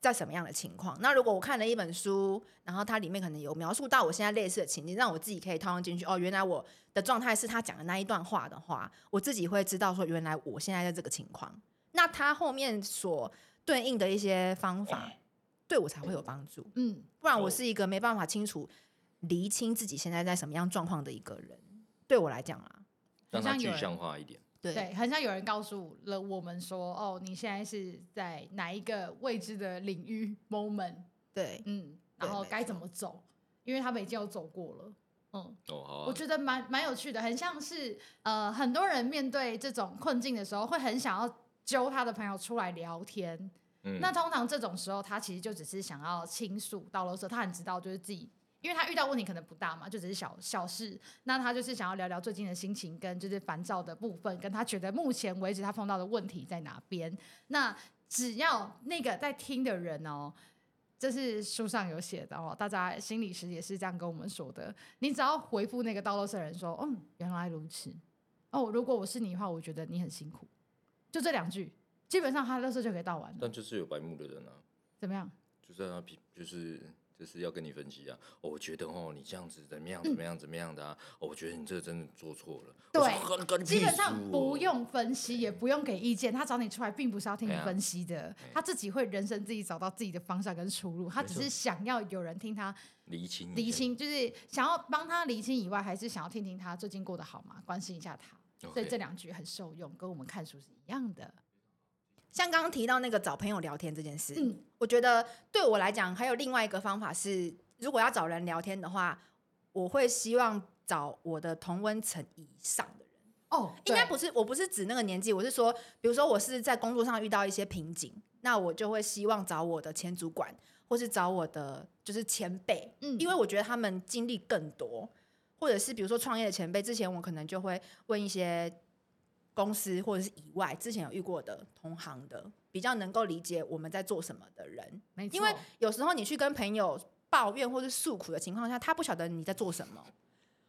D: 在什么样的情况。那如果我看了一本书，然后它里面可能有描述到我现在类似的情境，让我自己可以套用进去。哦，原来我的状态是他讲的那一段话的话，我自己会知道说，原来我现在在这个情况。那他后面所对应的一些方法，对我才会有帮助。
C: 嗯，
D: 不然我
B: 哦
D: 是一个没办法清楚厘清自己现在在什么样状况的一个人。对我来讲啊，
B: 让
C: 好
B: 它
C: 像有
B: 具
C: 人
B: 象化一点。
D: 对
C: 对，很像有人告诉了我们说，哦，你现在是在哪一个未知的领域 moment，
D: 对
C: 嗯，
D: 对
C: 然后
D: 没
C: 该怎么走，因为他们已经有走过了，嗯，
B: 哦，好
C: 我
B: 啊，
C: 觉得蛮蛮有趣的，很像是呃，很多人面对这种困境的时候，会很想要揪他的朋友出来聊天。
B: 嗯
C: 那通常这种时候，他其实就只是想要倾诉到了时候，他很知道就是自己。因为他遇到问题可能不大嘛，就只是小小事。那他就是想要聊聊最近的心情，跟就是烦躁的部分，跟他觉得目前为止他碰到的问题在哪边。那只要那个在听的人哦，这是书上有写的哦，大家心理师也是这样跟我们说的。你只要回复那个道路上的人说：“嗯，原来如此。”哦，如果我是你的话，我觉得你很辛苦。就这两句，基本上他乐色就可以倒完了
B: 但。就是有白目的人啊，
C: 怎么样？
B: 就是让他批，就是就是要跟你分析啊。哦，我觉得哦，你这样子怎么样，怎么样，怎么样的啊？哦，我觉得你这个真的做错了。
C: 对
B: 我说，干干
C: 基本
B: 屁事
C: 上
B: 哦
C: 不用分析，也不用给意见。他找你出来，并不是要听你
B: 对啊
C: 分析的，他自己会人生自己找到自己的方向跟出路。他只
B: 没错
C: 是想要有人听他
B: 厘清一下
C: 厘。清，就是想要帮他厘清以外，还是想要听听他最近过得好吗？关心一下他。所以
B: OK
C: 这两句很受用，跟我们看书是一样的。
D: 像刚刚提到那个找朋友聊天这件事，
C: 嗯
D: 我觉得对我来讲，还有另外一个方法是，如果要找人聊天的话，我会希望找我的同温层以上的人。
C: 哦，
D: 应该
C: 对
D: 不是，我不是指那个年纪，我是说，比如说我是在工作上遇到一些瓶颈，那我就会希望找我的前主管，或是找我的就是前辈，
C: 嗯
D: 因为我觉得他们经历更多，或者是比如说创业的前辈，之前我可能就会问一些公司或者是以外之前有遇过的同行的，比较能够理解我们在做什么的人，
C: 没错，
D: 因为有时候你去跟朋友抱怨或是诉苦的情况下，他不晓得你在做什么，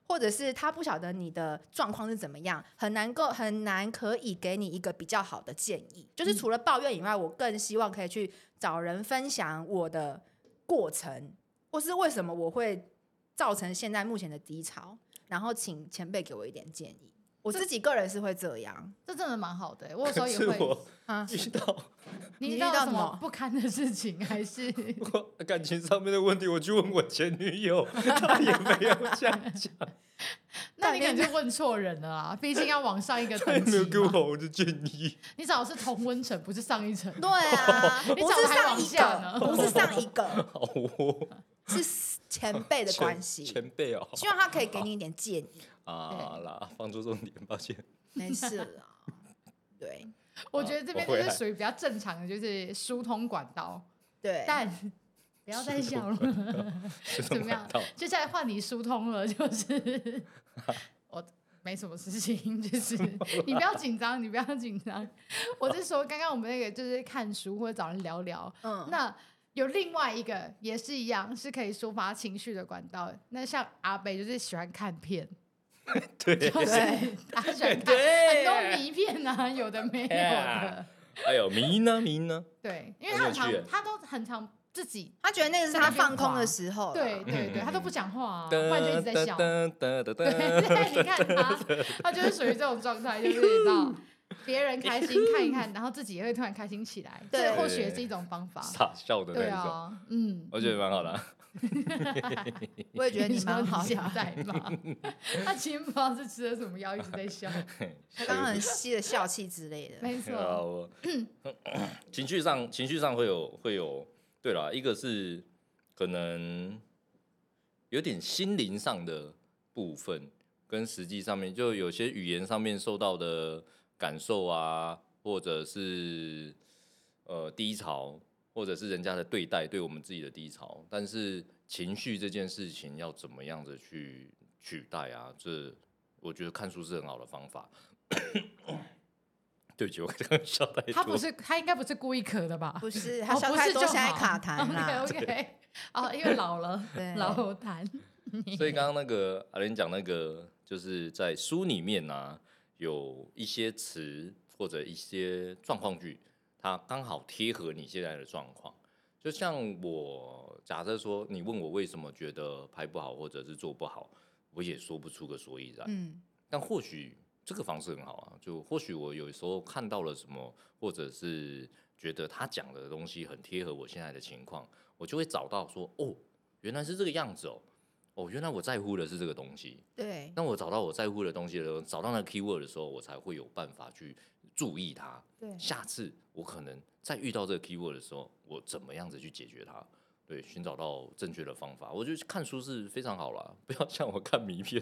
D: 或者是他不晓得你的状况是怎么样，很难够很难可以给你一个比较好的建议。
C: 嗯
D: 就是除了抱怨以外，我更希望可以去找人分享我的过程，或是为什么我会造成现在目前的低潮，然后请前辈给我一点建议。我自己个人是会这
C: [LAUGHS]
D: 样，
C: 这真的蛮好的欸、我有时候也
B: 是
C: 会。
B: 我
D: 啊，
B: 遇到
C: 你
D: 你
C: 遇
D: 遇
C: 到
D: 到
C: 什
D: 什
C: 么
D: 么
C: 不堪的事情？还是
B: 我感情上面的问题，我去问我前女友，她也没有这样讲，
C: 那
D: 但
C: 你可能
D: 那
C: 就问错人了啊！毕竟要往
B: [LAUGHS]
C: 上一个
B: 她也
C: 等
B: 没有
C: 级
B: 给我
C: 嘛。
B: 好的建议。
C: 你找的是同温层，不是上一层。
D: 对啊，
C: 你
D: 不
C: 怎么
D: 是
C: 还
D: 上
C: 往
D: 一
C: 下呢
D: 个，不是上一个，
B: 好哦，
D: 是前辈的
B: 前
D: 关系，
B: 前辈哦，
D: 希望他可以给你一点建议。
B: 啊好啦，放出重点，抱歉。
D: 没事啊，对
C: 我觉得这边
B: 哦我回
C: 就
B: 来
C: 是属于比较正常的，就是疏通管道。
D: 对，
B: [LAUGHS]
C: 但不要再想了，怎么样
B: 到？
C: 接下来换你疏通了，就是
B: [LAUGHS]
C: 我没什么事情，就是你不要紧张，你不要紧张。我是说，刚刚我们那个就是看书或者找人聊聊，
D: 嗯，
C: 那有另外一个也是一样，是可以抒发情绪的管道。那像阿北就是喜欢看片， [LAUGHS]
B: 对，
C: 对，他喜欢看很
B: [LAUGHS] 对
C: 多迷片啊，有的没有的
B: 哎，哎呦，迷呢迷呢，
C: 对，因为他
B: 很有
C: 很常
B: 趣耶
C: 他都很常自己，
D: 他觉得那个是他放空的时候啦，
C: 对对对，
B: 嗯
C: 他都不讲话啊，不然就一直在笑。
B: 噔噔噔
C: [LAUGHS] 对，
B: 噔噔
C: 你看他，他就是属于这种状态，就是你知道。别人开心看一看，然后自己也会突然开心起来，
D: 对
C: 这或许也是一种方
D: 啊
C: 法。
B: 傻笑的
C: 对
B: 那种，
C: 啊，嗯，
B: 我觉得蛮好的 [LAUGHS] 啊。
D: 我也觉得你蛮好
C: 现
D: 的啊。
C: 在嘛， [LAUGHS] 他其实不知道是吃了什么药，一直在
B: [LAUGHS]
C: 笑。
D: 他刚刚很吸了笑气之类的，
C: 没
B: 啊，
C: 错，
B: 我 [COUGHS] 情绪上情绪上会有会有，对啦，一个是可能有点心灵上的部分，跟实际上面就有些语言上面受到的感受啊，或者是呃低潮，或者是人家的对待对我们自己的低潮，但是情绪这件事情要怎么样子去取代啊？这我觉得看书是很好的方法。 [COUGHS] 对不起，我刚刚笑太多。
C: 他不是，他应该不是故意咳的吧？
D: 不是他
C: 哦
D: 笑
C: 不
D: 太
C: 是
D: 多，
C: 就
D: 现在
C: 好
D: 卡痰
C: [LAUGHS]
D: 啦。
C: OK OK，哦，因为老了
D: [LAUGHS] 对，
C: 老痰。
B: 所以刚刚那个阿莲讲那个，就是在书里面呢、啊，有一些词或者一些状况句，它刚好贴合你现在的状况。就像我假设说，你问我为什么觉得拍不好或者是做不好，我也说不出个所以然。
D: 嗯，
B: 但或许这个方式很好啊，就或许我有时候看到了什么，或者是觉得他讲的东西很贴合我现在的情况，我就会找到说，哦，原来是这个样子哦，哦，原来我在乎的是这个东西。
D: 对
B: 当我找到我在乎的东西的时候，找到那个 keyword 的时候，我才会有办法去注意它。
D: 对
B: 下次我可能再遇到这个 keyword 的时候，我怎么样子去解决它？对，寻找到正确的方法。我觉得看书是非常好啦，不要像我看迷片。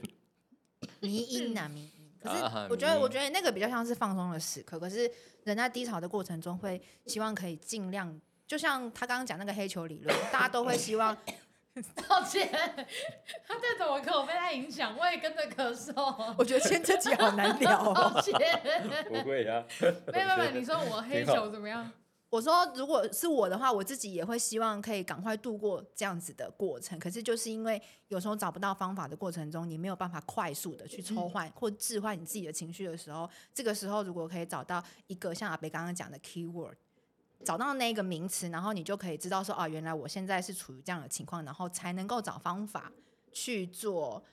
B: [LAUGHS]
D: 迷音啊迷音。可是
B: 啊
D: 我觉得，
B: 迷
D: 我觉得那个比较像是放松的时刻。可是人在低潮的过程中，会希望可以尽量，就像他刚刚讲那个黑球理论，大家都会希望
C: 抱歉，他再怎么咳，我被他影响，我也跟着咳嗽。
D: [LAUGHS] 我觉得今天这集好难聊哦。
C: 抱歉，
B: 不会啊，
C: 没有没
D: [LAUGHS]
C: 有没有，你说我黑球怎么样？
D: 我说，如果是我的话，我自己也会希望可以赶快度过这样子的过程。可是就是因为有时候找不到方法的过程中，你没有办法快速的去抽换或置换你自己的情绪的时候，这个时候如果可以找到一个像阿北刚刚讲的 keyword。找到那个名词，然后你就可以知道说，啊，原来我现在是处于这样的情况，然后才能够找方法去做，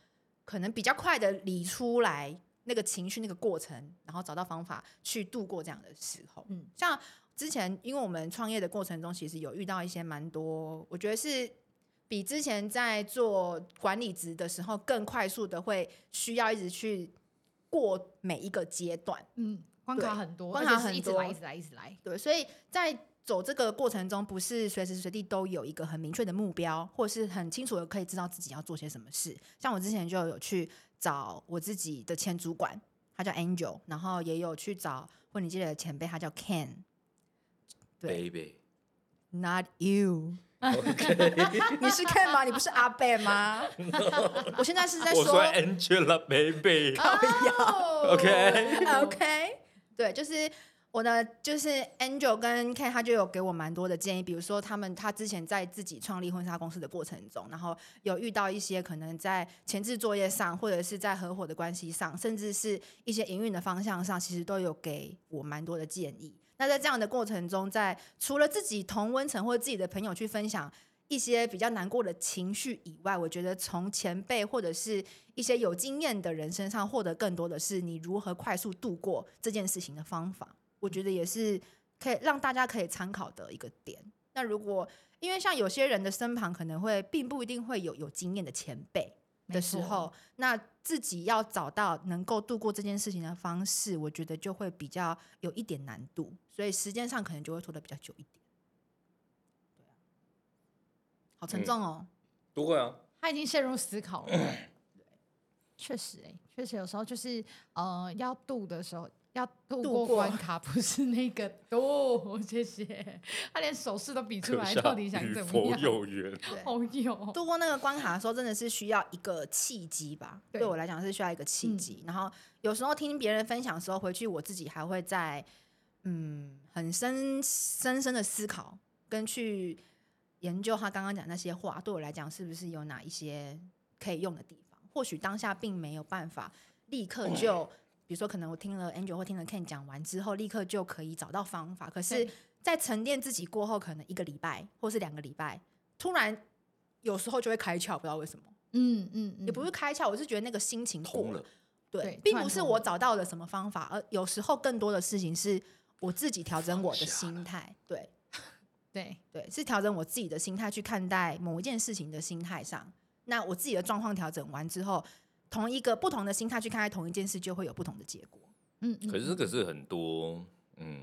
D: 可能比较快的理出来那个情绪那个过程，然后找到方法去度过这样的时候。
C: 嗯
D: 嗯，像之前因为我们创业的过程中，其实有遇到一些蛮多，我觉得是比之前在做管理职的时候更快速的，会需要一直去过每一个阶段。
C: 嗯，关卡很多，
D: 关卡
C: 而且是一直
D: 很多
C: 来，一直来，一直来。
D: 对，所以在走这个过程中，不是随时随地都有一个很明确的目标，或者是很清楚的可以知道自己要做些什么事。像我之前就有去找我自己的前主管，他叫 Angel，然后也有去找婚礼界的前辈，他叫 Ken，Not 对
B: baby。
D: you。你 [LAUGHS] 是 Ken 吗？你不是阿贝吗？我现在是在
B: 我
D: 说
B: 说哎
D: [LAUGHS]
B: Angelababy，、
C: 哦
B: OK
D: OK，对， [LAUGHS] 就是我的就是 Angel 跟 K，他就有给我蛮多的建议，比如说他们他之前在自己创立婚纱公司的过程中，然后有遇到一些可能在前置作业上，或者是在合伙的关系上，甚至是一些营运的方向上，其实都有给我蛮多的建议。那在这样的过程中，在除了自己同温层或自己的朋友去分享一些比较难过的情绪以外，我觉得从前辈或者是一些有经验的人身上获得更多的是你如何快速度过这件事情的方法。我觉得也是可以让大家可以参考的一个点。那如果因为像有些人的身旁可能会并不一定会有有经验的前辈的
C: 没
D: 时
C: 错
D: 候，那自己要找到能够度过这件事情的方式，我觉得就会比较有一点难度，所以时间上可能就会拖得比较久一点。对啊，好沉
B: 嗯
D: 重哦。
B: 不会啊，
C: 他已经陷入思
D: [CLEARS THROAT]
C: 考了。确实、欸，确实有时候就是呃，要渡的时候要渡
D: 渡
C: 过
D: 过
C: 关卡，不是那个渡。谢谢，他连手势都比出
B: 阁
C: 来，
B: 下
C: 到底想
B: 与
C: 怎么
B: 佛
C: 样？
B: 有
C: [LAUGHS]
B: 缘。
D: 对，
C: 哦哟，
D: 度过那个关卡的时候，真的是需要一个契机吧？对
C: 对
D: 我来讲是需要一个契机。然后有时候听别人分享的时候，回去我自己还会在嗯很深深深的思考，跟去研究他刚刚讲那些话，对我来讲是不是有哪一些可以用的地方？或许当下并没有办法立刻就，比如说可能我听了 Angel 或听了 Ken 讲完之后，立刻就可以找到方法，可是
C: 对。
D: 在沉淀自己过后，可能一个礼拜或是两个礼拜，突然有时候就会开窍，不知道为什么，
C: 嗯嗯嗯，
D: 也不是开窍，我是觉得那个心情过
B: 通了，
D: 对
C: 对，
D: 并
C: 突然
D: 不是
C: 通
D: 我
C: 了
D: 找到了什么方法，而有时候更多的事情是我自己调整我的
B: 放下
D: 心态，对
C: 对，
D: 对，是调整我自己的心态去看待某一件事情的心态上。那我自己的状况调整完之后，同一个不同的心态去看待同一件事，就会有不同的结果。
C: 嗯嗯。
B: 可是这
C: 嗯
B: 个是很多，嗯，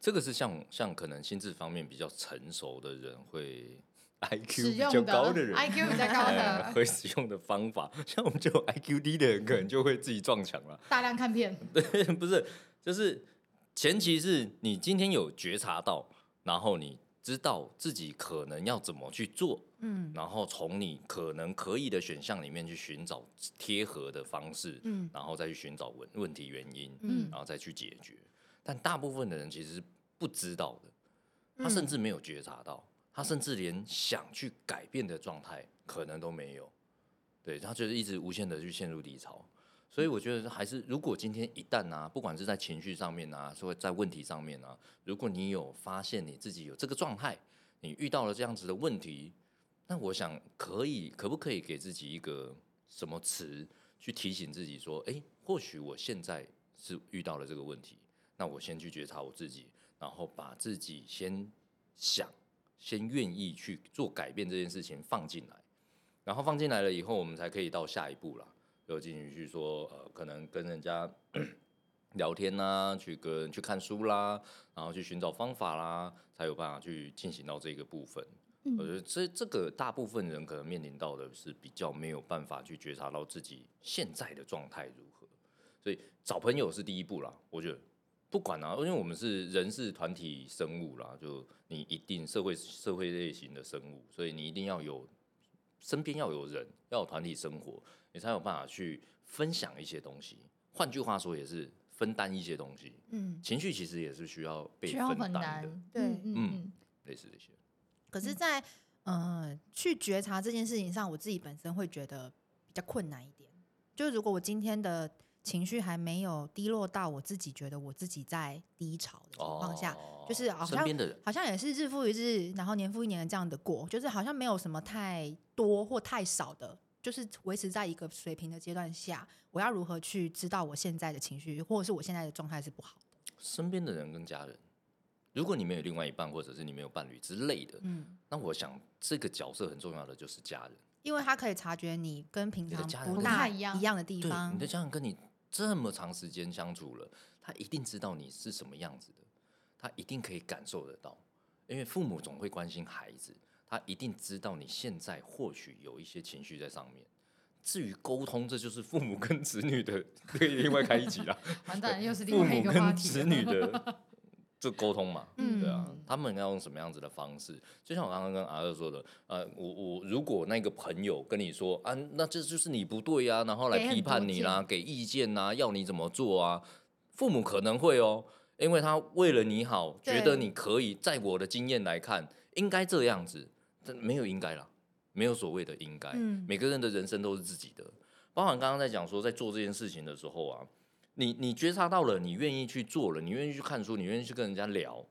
B: 这个是像像可能心智方面比较成熟的人 [LAUGHS] 会 IQ
C: 使
B: 比
C: 用
B: 较高
C: 的
B: 人
C: IQ 比较高
D: [LAUGHS]
B: 呃
C: 的，
B: 会使用的方法，像我们这种 IQ 低
C: [LAUGHS]
B: 的人，可能就会自己撞墙了。 [LAUGHS]
C: 大量看片，
B: 不是，就是前提是你今天有觉察到，然后你知道自己可能要怎么去做，
D: 嗯
B: 然后从你可能可以的选项里面去寻找贴合的方式，
D: 嗯
B: 然后再去寻找问问题原因，
D: 嗯
C: 嗯
B: 然后再去解决。但大部分的人其实是不知道的，他甚至没有觉察到，他甚至连想去改变的状态可能都没有。对他就是一直无限的去陷入低潮，所以我觉得还是，如果今天一旦啊，不管是在情绪上面啊，说在问题上面啊，如果你有发现你自己有这个状态，你遇到了这样子的问题，那我想可以，可不可以给自己一个什么词去提醒自己说，诶，或许我现在是遇到了这个问题，那我先去觉察我自己，然后把自己先想，先愿意去做改变这件事情放进来，然后放进来了以后，我们才可以到下一步啦。有进行去说，呃，可能跟人家 [CLEARS THROAT] 聊天啦、去跟去看书啦，然后去寻找方法啦，才有办法去进行到这个部分。
C: 嗯
D: 嗯
B: 我觉得这这个大部分人可能面临到的是比较没有办法去觉察到自己现在的状态如何，所以找朋友是第一步啦。我觉得不管啊，因为我们是人是团体生物啦，就你一定社会社会类型的生物，所以你一定要有身边要有人，要有团体生活，你才有办法去分享一些东西。换句话说，也是分担一些东西。
D: 嗯，
B: 情绪其实也是需要被
C: 需要
B: 分
C: 很
B: 担
C: 难
B: 的，，
D: 对
C: 嗯嗯
B: 嗯
C: 嗯，
B: 类似这些。
D: 可是
C: 嗯
D: 在，呃去觉察这件事情上，我自己本身会觉得比较困难一点。就是如果我今天的情绪还没有低落到我自己觉得我自己在低潮的情况下，
B: 哦
D: 就是好
B: 身
D: 像
B: 边的人，
D: 好像也是日复一日，然后年复一年的这样的过，就是好像没有什么太多或太少的，就是维持在一个水平的阶段下，我要如何去知道我现在的情绪或者是我现在的状态是不好的？
B: 身边的人跟家人。如果你没有另外一半，或者是你没有伴侣之类的，
D: 嗯，
B: 那我想这个角色很重要的就是家人。
D: 因为他可以察觉你跟平
B: 你的
D: 常
B: 家人
D: 不
B: 跟
D: 大一
C: 你不太一样
D: 样的地
B: 对，
D: 方，
B: 你的家人跟你这么长时间相处了，他一定知道你是什么样子的，他一定可以感受得到，因为父母总会关心孩子，他一定知道你现在或许有一些情绪在上面。至于沟通，这就是父母跟子女的，可以另外开一集啦。
C: 完蛋，又是
B: 父
C: [LAUGHS] 另外一
B: 母
C: 个话
B: 跟
C: 题哦
B: 子
C: 了。
B: 女的这沟通嘛，
D: 嗯
B: 对啊，他们要用什么样子的方式？就像我刚刚跟阿乐说的，呃，我我如果那个朋友跟你说啊，那这就是你不对啊，然后来
C: 给很
B: 批判
C: 多
B: 你啦，给意见呐、要你怎么做啊？父母可能会哦，因为他为了你好，觉得
D: 对
B: 你可以。在我的经验来看，应该这样子，但没有应该啦，没有所谓的应该。
D: 嗯
B: 每个人的人生都是自己的，包含刚刚在讲说，在做这件事情的时候啊，你你觉察到了，你愿意去做了，你愿意去看书，你愿意去跟人家聊，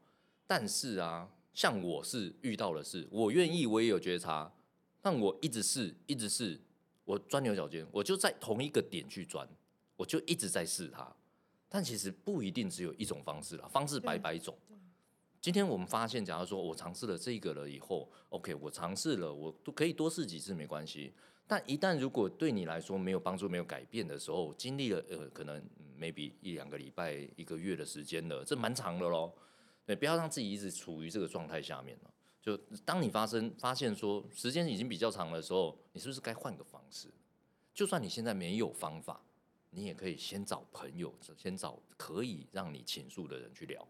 B: 但是啊，像我是遇到的是，我愿意，我也有觉察，但我一直是，一直是，我钻牛角尖，我就在同一个点去钻，我就一直在试它。但其实不一定只有一种方式啦，方式百百种。今天我们发现，假如说我尝试了这个了以后，OK，我尝试了，我都可以多试几次没关系。但一旦如果对你来说没有帮助、没有改变的时候，经历了呃，可能嗯 maybe 一两个礼拜、一个月的时间了，这蛮长的喽。对，不要让自己一直处于这个状态下面了。就当你发生发现说时间已经比较长的时候，你是不是该换个方式？就算你现在没有方法，你也可以先找朋友，先找可以让你倾诉的人去聊，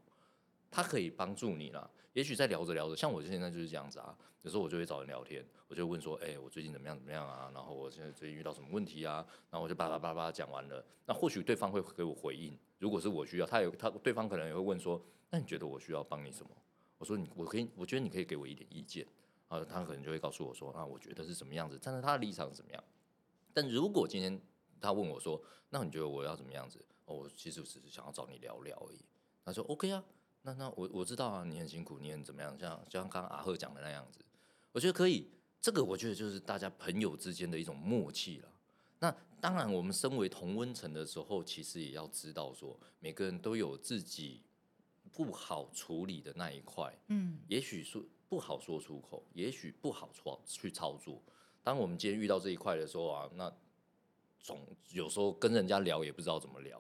B: 他可以帮助你啦。也许在聊着聊着，像我现在就是这样子啊，有时候我就会找人聊天，我就会问说，哎、我最近怎么样怎么样啊？然后我现在最近遇到什么问题啊？然后我就叭叭叭叭讲完了，那或许对方会给我回应，如果是我需要，他有他对方可能也会问说，那你觉得我需要帮你什么？我说你，我可以，我觉得你可以给我一点意见。啊，他可能就会告诉我说，啊，我觉得是什么样子，站在他的立场是怎么样。但如果今天他问我说，那你觉得我要怎么样子？哦，我其实只是想要找你聊聊而已。他说 OK 啊，那那我我知道啊，你很辛苦，你很怎么样？像就像刚刚阿赫讲的那样子，我觉得可以。这个我觉得就是大家朋友之间的一种默契了。那当然，我们身为同温层的时候，其实也要知道说，每个人都有自己不好处理的那一块。
D: 嗯，
B: 也许说不好说出口，也许不好操去操作。当我们今天遇到这一块的时候啊，那总有时候跟人家聊也不知道怎么聊，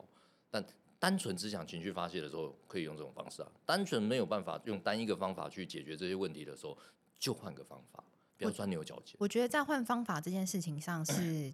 B: 但单纯只想情绪发泄的时候，可以用这种方式啊。单纯没有办法用单一个方法去解决这些问题的时候，就换个方法，不要钻牛角尖。
D: 我觉得在换方法这件事情上是，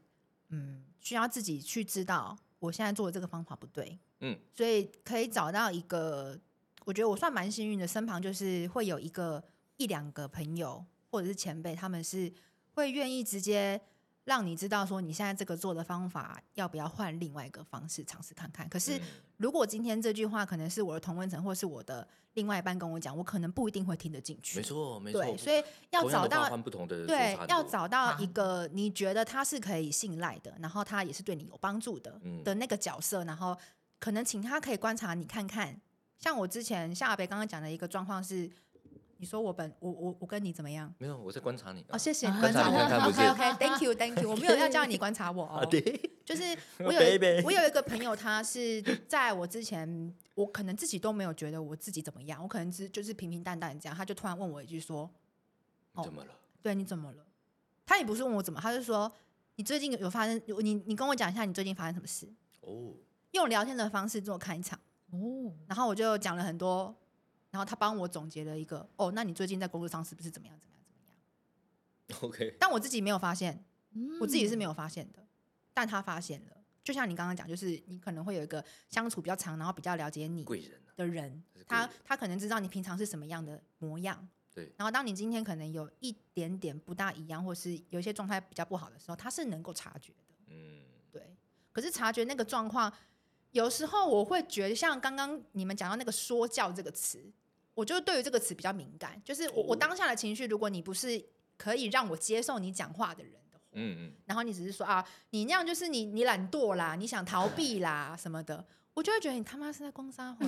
D: 嗯，需要自己去知道我现在做的这个方法不对，
B: 嗯，
D: 所以可以找到一个，我觉得我算蛮幸运的，身旁就是会有一个一两个朋友或者是前辈，他们是会愿意直接让你知道说你现在这个做的方法要不要换另外一个方式尝试看看。可是
B: 嗯
D: 如果今天这句话可能是我的同温层或是我的另外一半跟我讲，我可能不一定会听得进去
B: 没。错，没错。
D: 嗯对，所以要
B: 同样
D: 找
B: 的话
D: 到
B: 换不同的人说
D: 对
B: 差很，
D: 要
B: 多
D: 找到一个你觉得他是可以信赖的，然后他也是对你有帮助的、
B: 嗯
D: 的那个角色，然后可能请他可以观察你看看。像我之前夏北刚刚讲的一个状况是，你说我本我我我跟你怎么样？
B: 没有，我在观察你啊。
D: 哦，谢谢
A: 啊
D: 你观察
B: 观察你看看
D: 我。
B: 不是
D: OK
B: [LAUGHS]
D: OK，Thank you，Thank you，我没有要叫你观察我
B: 啊，
D: 哦。
B: 对， [LAUGHS]
D: 就是我有一
B: ，baby
D: 我有一个朋友，他是在我之前，我可能自己都没有觉得我自己怎么样，我可能只就是平平淡淡这样，他就突然问我一句说，哦
B: 怎么了？
D: 对，你怎么了？他也不是问我怎么，他就说你最近有发生，你你跟我讲一下你最近发生什么事，
B: 哦， [LAUGHS]
D: 用聊天的方式做开场，
C: 哦，
D: 然后我就讲了很多，然后他帮我总结了一个，哦，那你最近在工作上是不是怎么样怎么样怎么样？
B: OK，
D: 但我自己没有发现，
C: 嗯
D: 我自己是没
C: 有，
D: 有发现的，但他发现了。就像你刚刚讲，就是你可能会有一个相处比较长，然后比较了解你
B: 贵人啊，
D: 的人
B: 这是，
D: 他
B: 贵人
D: 他可能知道你平常是什么样的模样，
B: 对，
D: 然后当你今天可能有一点点不大一样，或是有一些状态比较不好的时候，他是能够察觉的。
B: 嗯，
D: 对，可是察觉那个状况，有时候我会觉得，像刚刚你们讲到那个“说教”这个词，我就对于这个词比较敏感。就是我我
B: 哦
D: 当下的情绪，如果你不是可以让我接受你讲话的人的话，
B: 嗯嗯。
D: 然后你只是说啊，你那样就是你你懒惰啦，你想逃避啦什么的，我就会觉得你他妈是在攻
B: [LAUGHS]
D: 杀回，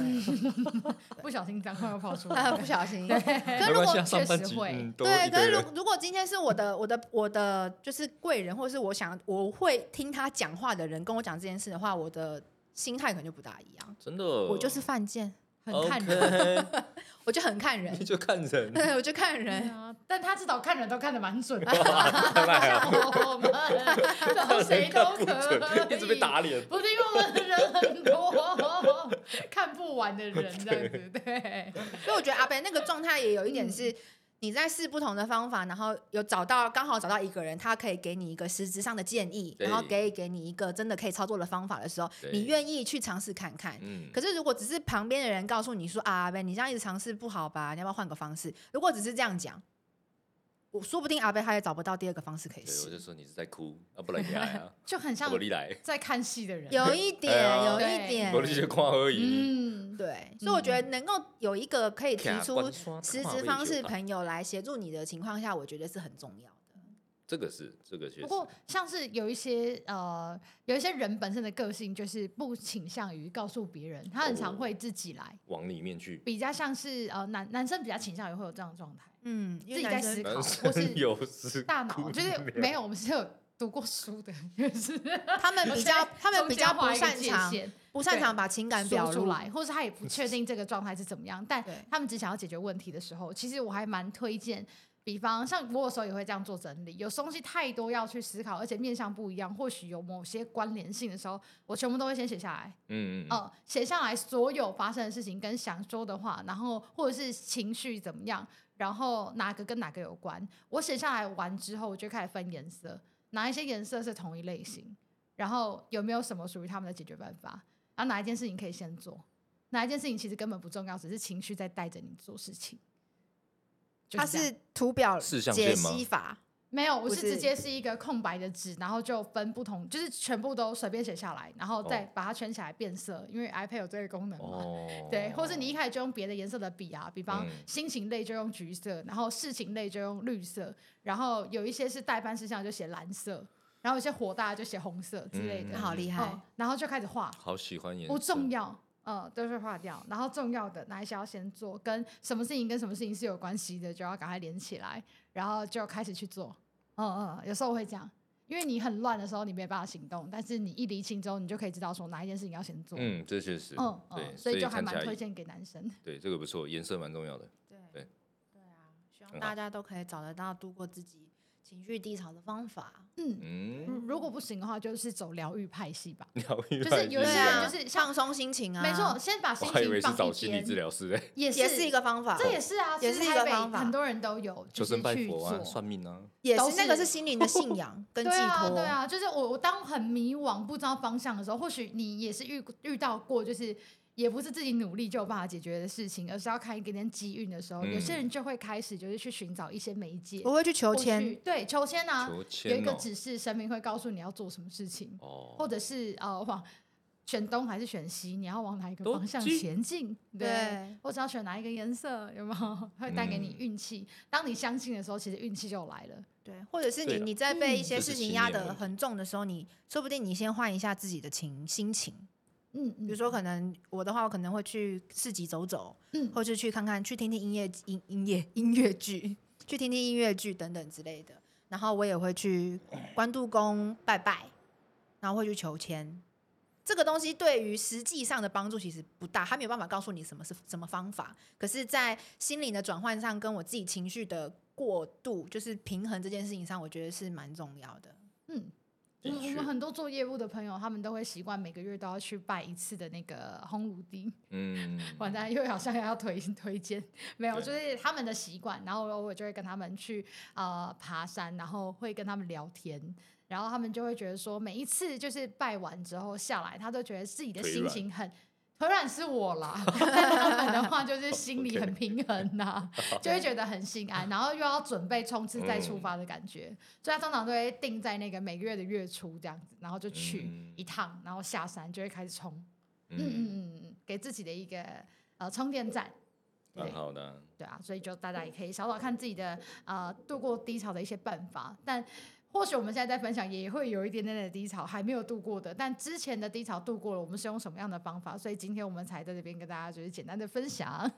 C: 不小心脏快要跑出
D: [LAUGHS]
C: 来
D: 啊
C: 了
D: 不。小心。可是
B: 没
D: 如
B: 关
D: 果
B: 系啊，上
C: 确
B: 班
C: 实
B: 族
C: 会
B: 嗯都
D: 对，
B: 一
D: 可
B: 堆
D: 是
B: 人
D: 如如果今天是我的我的我的就是贵人，或者是我想我会听他讲话的人跟我讲这件事的话，我的心态可能就不大一样。
B: 真的，
D: 我就是犯贱，
B: 哦
C: 很看人
B: OK，
D: 我就很看
B: 你 [LAUGHS]
D: 人，
B: 就看
C: [LAUGHS]
B: 人，
D: 我就看
C: 对
B: 嗯
D: 人。
C: 啊，但他至少看人都看得蛮准
B: [LAUGHS]
C: 的，
B: 啊
C: 像我们都谁都
B: 看
C: 可以，
B: 一直被打脸。
C: 不是因为我们的人很多，看不完的人这样子，对，
D: 所以我觉得阿北那个状态也有一点
B: 嗯
D: 是。你在试不同的方法，然后有找到刚好找到一个人，他可以给你一个实质上的建议，
B: 对
D: 然后给给你一个真的可以操作的方法的时候，
B: 对
D: 你愿意去尝试看看。
B: 嗯，
D: 可是如果只是旁边的人告诉你说啊，阿贝，你这样一直尝试不好吧？你要不要换个方式？如果只是这样讲，我说不定阿贝他也找不到第二个方式可以
B: 对，我就
D: 试。
B: 说你是在哭啊，不然你来啊，
C: 就很像
B: 我你来，
C: 在看戏的人，
D: 有一
B: [LAUGHS]
D: 点，
B: 哎呀
D: 有一
C: 对
B: 我你
D: 点，
B: 就看而已。
C: 嗯，
D: 对，所以我觉得能够有一个可以提
B: 看
D: 出
B: 官刷
D: 实
B: 看
D: 质
B: 被
D: 方
B: 羞
D: 式
B: 怕
D: 朋友来协助你的情况下，我觉得是很重要的。
B: 这个是这个确实
C: 不，过，像是有一些呃，有一些人本身的个性就是不倾向于告诉别人，他很常
B: 哦
C: 会自己来，
B: 往里面去，
C: 比较像是呃男男生比较倾向于会有这样的状态，
D: 嗯，因为
C: 自己
D: 男
C: 在
D: 生
C: 思考
B: 男
C: 或是
B: 生 [LAUGHS] 有思
C: 大
B: 苦
C: 脑就是
B: 娘
C: 没有，我们是有读过书的，就是
B: 呃
D: 他们比较，他们比较不擅长，不擅
C: 对
D: 长把情感
C: 表
D: 表
C: 出
D: 露
C: 来，，或是他也不确定这个状态是怎
B: [LAUGHS]
C: 么样，但
D: 对
C: 他们只想要解决问题的时候，其实我还蛮推荐。比方像我有时候也会这样做整理，有时候东西太多要去思考，而且面向不一样，或许有某些关联性的时候，我全部都会先写下来。
B: 嗯嗯嗯
C: 呃，写下来所有发生的事情跟想说的话，然后或者是情绪怎么样，然后哪个跟哪个有关。我写下来完之后，我就开始分颜色，哪一些颜色是同一类型，然后有没有什么属于他们的解决办法，然后哪一件事情可以先做，哪一件事情其实根本不重要，只是情绪在带着你做事情。就
D: 他
C: 这样
D: 是图表
B: 四象
D: 解
B: 限吗
D: 析法，
C: 没有，我
D: 不
C: 是
D: 是
C: 直接是一个空白的纸，然后就分不同，就是全部都随便写下来，然后再
B: 哦
C: 把它圈起来变色，因为 iPad 有这个功能嘛。
B: 哦，
C: 对，或是你一开始就用别的颜色的笔啊，比方
B: 嗯
C: 心情类就用橘色，然后事情类就用绿色，然后有一些是代办事项就写蓝色，然后有些火大就写红色之类的，
B: 嗯
D: 好厉害
C: 哦，，然后就开始画，
B: 好喜欢颜色，
C: 不重要，呃，都是画掉，然后重要的哪一些要先做，跟什么事情跟什么事情是有关系的，就要赶快连起来，然后就开始去做，嗯嗯，有时候我会这样。因为你很乱的时候，你没办法行动，但是你一离清之后，你就可以知道说哪一件事情要先做。
B: 嗯，这确实，
C: 嗯
B: 对，
C: 嗯，所以就还
B: 看起
C: 蛮
B: 来
C: 推荐给男
D: 嗯
C: 生。
B: 对，这个不错，颜色蛮重要的。
D: 对
B: 对
D: 对啊，希望
B: 很
D: 大
B: 好
D: 家都可以找得到度过自己情绪低潮的方法，
C: 嗯，
B: 嗯，
C: 如果不行的话，就是走疗愈派系吧。
B: 疗愈
C: 就是
B: 派
C: 有
B: 系列
C: 些人
D: 啊，
C: 就是像
D: 放松心情啊，
C: 没错，，先把
B: 我
C: 心
B: 还以
C: 情
B: 为是
C: 放
B: 找
C: 一
B: 心理
C: 边，
B: 治疗师欸嘞，
C: 也
D: 也是一
C: 个，
D: 个方法，
C: 这也是啊，
D: 也
C: 其
D: 是
C: 实
D: 一个
C: 台北
D: 方法
C: 很多人都有，
B: 求
C: 就是
B: 神拜
C: 去
B: 佛啊，
C: 做。
B: 算命啊，
D: 也
C: 都
D: 是那个
C: 是
D: 是心灵的信
C: [LAUGHS]
D: 仰跟寄
C: 对啊，
D: 托，
C: 对啊，就是我我当很迷惘、不知道方向的时候，或许你也是遇遇到过，就是也不是自己努力就有办法解决的事情，而是要看一点点机运的时候，有些
B: 嗯
C: 人就会开始就是去寻找一些媒介，
D: 我会去求
C: 或许
D: 签，
C: 对求签啊，
B: 求
C: 有一
B: 签
C: 个
B: 哦，
C: 指示，神明会告诉你要做什么事情。
B: 哦，
C: 或者是呃往选东还是选西，你要往哪一个
B: 都
C: 方向
B: 记
C: 前进？
D: 对
C: 或者要选哪一个颜色，有没有 [LAUGHS] 会带给你
B: 嗯
C: 运气？当你相信的时候，其实运气就来了。
D: 对，或者是
B: 对
D: 你
B: 啊
D: 你在被一
C: 嗯
D: 些
B: 这是
D: 事情
B: 信
D: 压
B: 念
D: 得
B: 问题
D: 很重的时候，你说不定你先换一下自己的情心情，
C: 嗯，比
D: 比如说可能我的话，我可能会去市集走走，
C: 嗯
D: 或是去看看，去听听音乐音音乐音乐剧， [LAUGHS] 去听听音乐剧等等之类的。然后我也会去关渡宫拜拜，然后会去求签。这个东西对于实际上的帮助其实不大，他没有办法告诉你什么是什么方法。可是，在心灵的转换上，跟我自己情绪的过渡，就是平衡这件事情上，我觉得是蛮重要的。
C: 嗯，
B: 的
C: 我们我
B: 确
C: 们很多做业务的朋友，他们都会习惯每个月都要去拜一次的那个烘炉地。
B: 嗯，
C: [LAUGHS] 完蛋，又好像要推 [LAUGHS] 推荐，没有，就
B: 对
C: 是他们的习惯。然后我就会跟他们去呃爬山，然后会跟他们聊天，然后他们就会觉得说，每一次就是拜完之后下来，他都觉得自己的
B: 腿
C: 心
B: 软
C: 情很。腿软是我
B: [LAUGHS]
C: 啦，但他们的话就是心里
B: OK
C: 很平衡呐、就会觉得很心安，然后又要准备冲刺再
B: 嗯
C: 出发的感觉，所以他通常都会定在那个每个月的月初这样子，然后就去
B: 嗯
C: 一趟，然后下山就会开始冲。嗯嗯
B: 嗯，
C: 嗯嗯，给自己的一个呃充电站。对
B: 蛮好的啊，
C: 对啊，所以就大家也可以找找看自己的呃度过低潮的一些办法。但或许我们现在在分享也会有一点点的低潮还没有度过的，但之前的低潮度过了，我们是用什么样的方法？所以今天我们才在这边跟大家就是简单的
B: [LAUGHS]
C: 分享。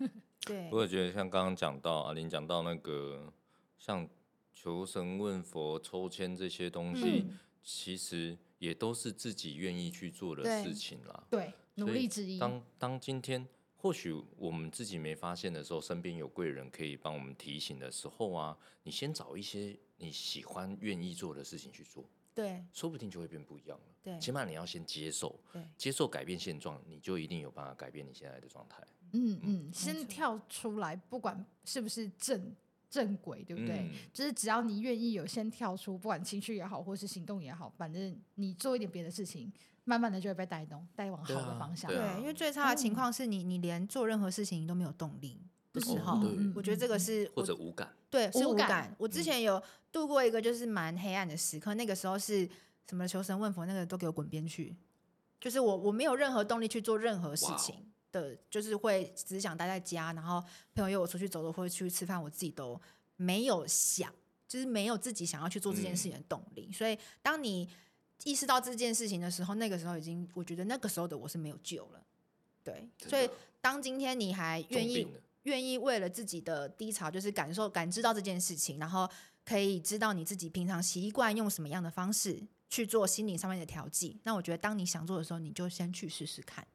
D: 对
B: 我也觉得像刚刚讲到阿玲讲到那个像求神问佛、抽签这些东
C: 嗯
B: 西，其实也都是自己愿意去做的
D: 对
B: 事情啦。
C: 对，努
B: 所以
C: 力之一。
B: 当当今天或许我们自己没发现的时候，身边有贵人可以帮我们提醒的时候啊，你先找一些你喜欢、愿意做的事情去做，
D: 对
B: 说不定就会变不一样了。
D: 对
B: 起码你要先接受，
D: 对
B: 接受改变现状，你就一定有办法改变你现在的状态，
C: 嗯嗯，先
D: 错
C: 跳出来，不管是不是正正轨，对不对？
B: 嗯
C: 就是只要你愿意有先跳出，不管情绪也好，或是行动也好，反正你做一点别的事情，慢慢的就会被带动，带往好
B: 对
C: 的
B: 啊
C: 方向。
B: 对啊
D: 对，因为最差的情
C: 嗯
D: 况是你你连做任何事情你都没有动力的时
B: 哦
D: 候，
B: 对
C: 嗯
D: 我觉得这个是
B: 或
D: 我
B: 者无感。
D: 对，是
C: 无
D: 无
C: 感
D: 感。我之
B: 嗯
D: 前有度过一个就是蛮黑暗的时刻，那个时候是什么求神问佛，那个都给我滚边去，就是我我没有任何动力去做任何事
B: 哇哦
D: 情的，就是会只想待在家，然后朋友约我出去走走或者出去吃饭，我自己都没有想，就是没有自己想要去做这件事
B: 嗯
D: 情的动力。所以当你意识到这件事情的时候，那个时候已经，我觉得那个时候的我是没有救了。对，
B: 真
D: 所以
B: 的
D: 当今天你还愿
B: 重
D: 意
B: 病了
D: 愿意为了自己的低潮，就是感受感知到这件事情，然后可以知道你自己平常习惯用什么样的方式去做心理上面的调剂。那我觉得，当你想做的时候，你就先去试试看，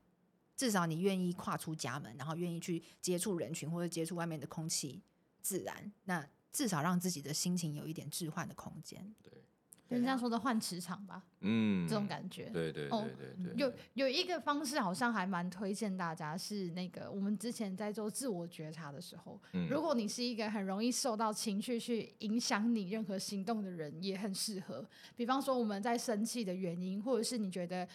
D: 至少你愿意跨出家门，然后愿意去接触人群或者接触外面的空气、自然，那至少让自己的心情有一点置换的空间。对
C: 人家
D: 啊
C: 说的换磁场吧，
B: 嗯，
C: 这种感觉。
B: 对对
C: 哦
B: 对对对，
C: 有有一个方式，好像还蛮推荐大家，是那个我们之前在做自我觉察的时候，
B: 嗯
C: 如果你是一个很容易受到情绪去影响你任何行动的人，也很适合。比方说我们在生气的原因，或者是你觉得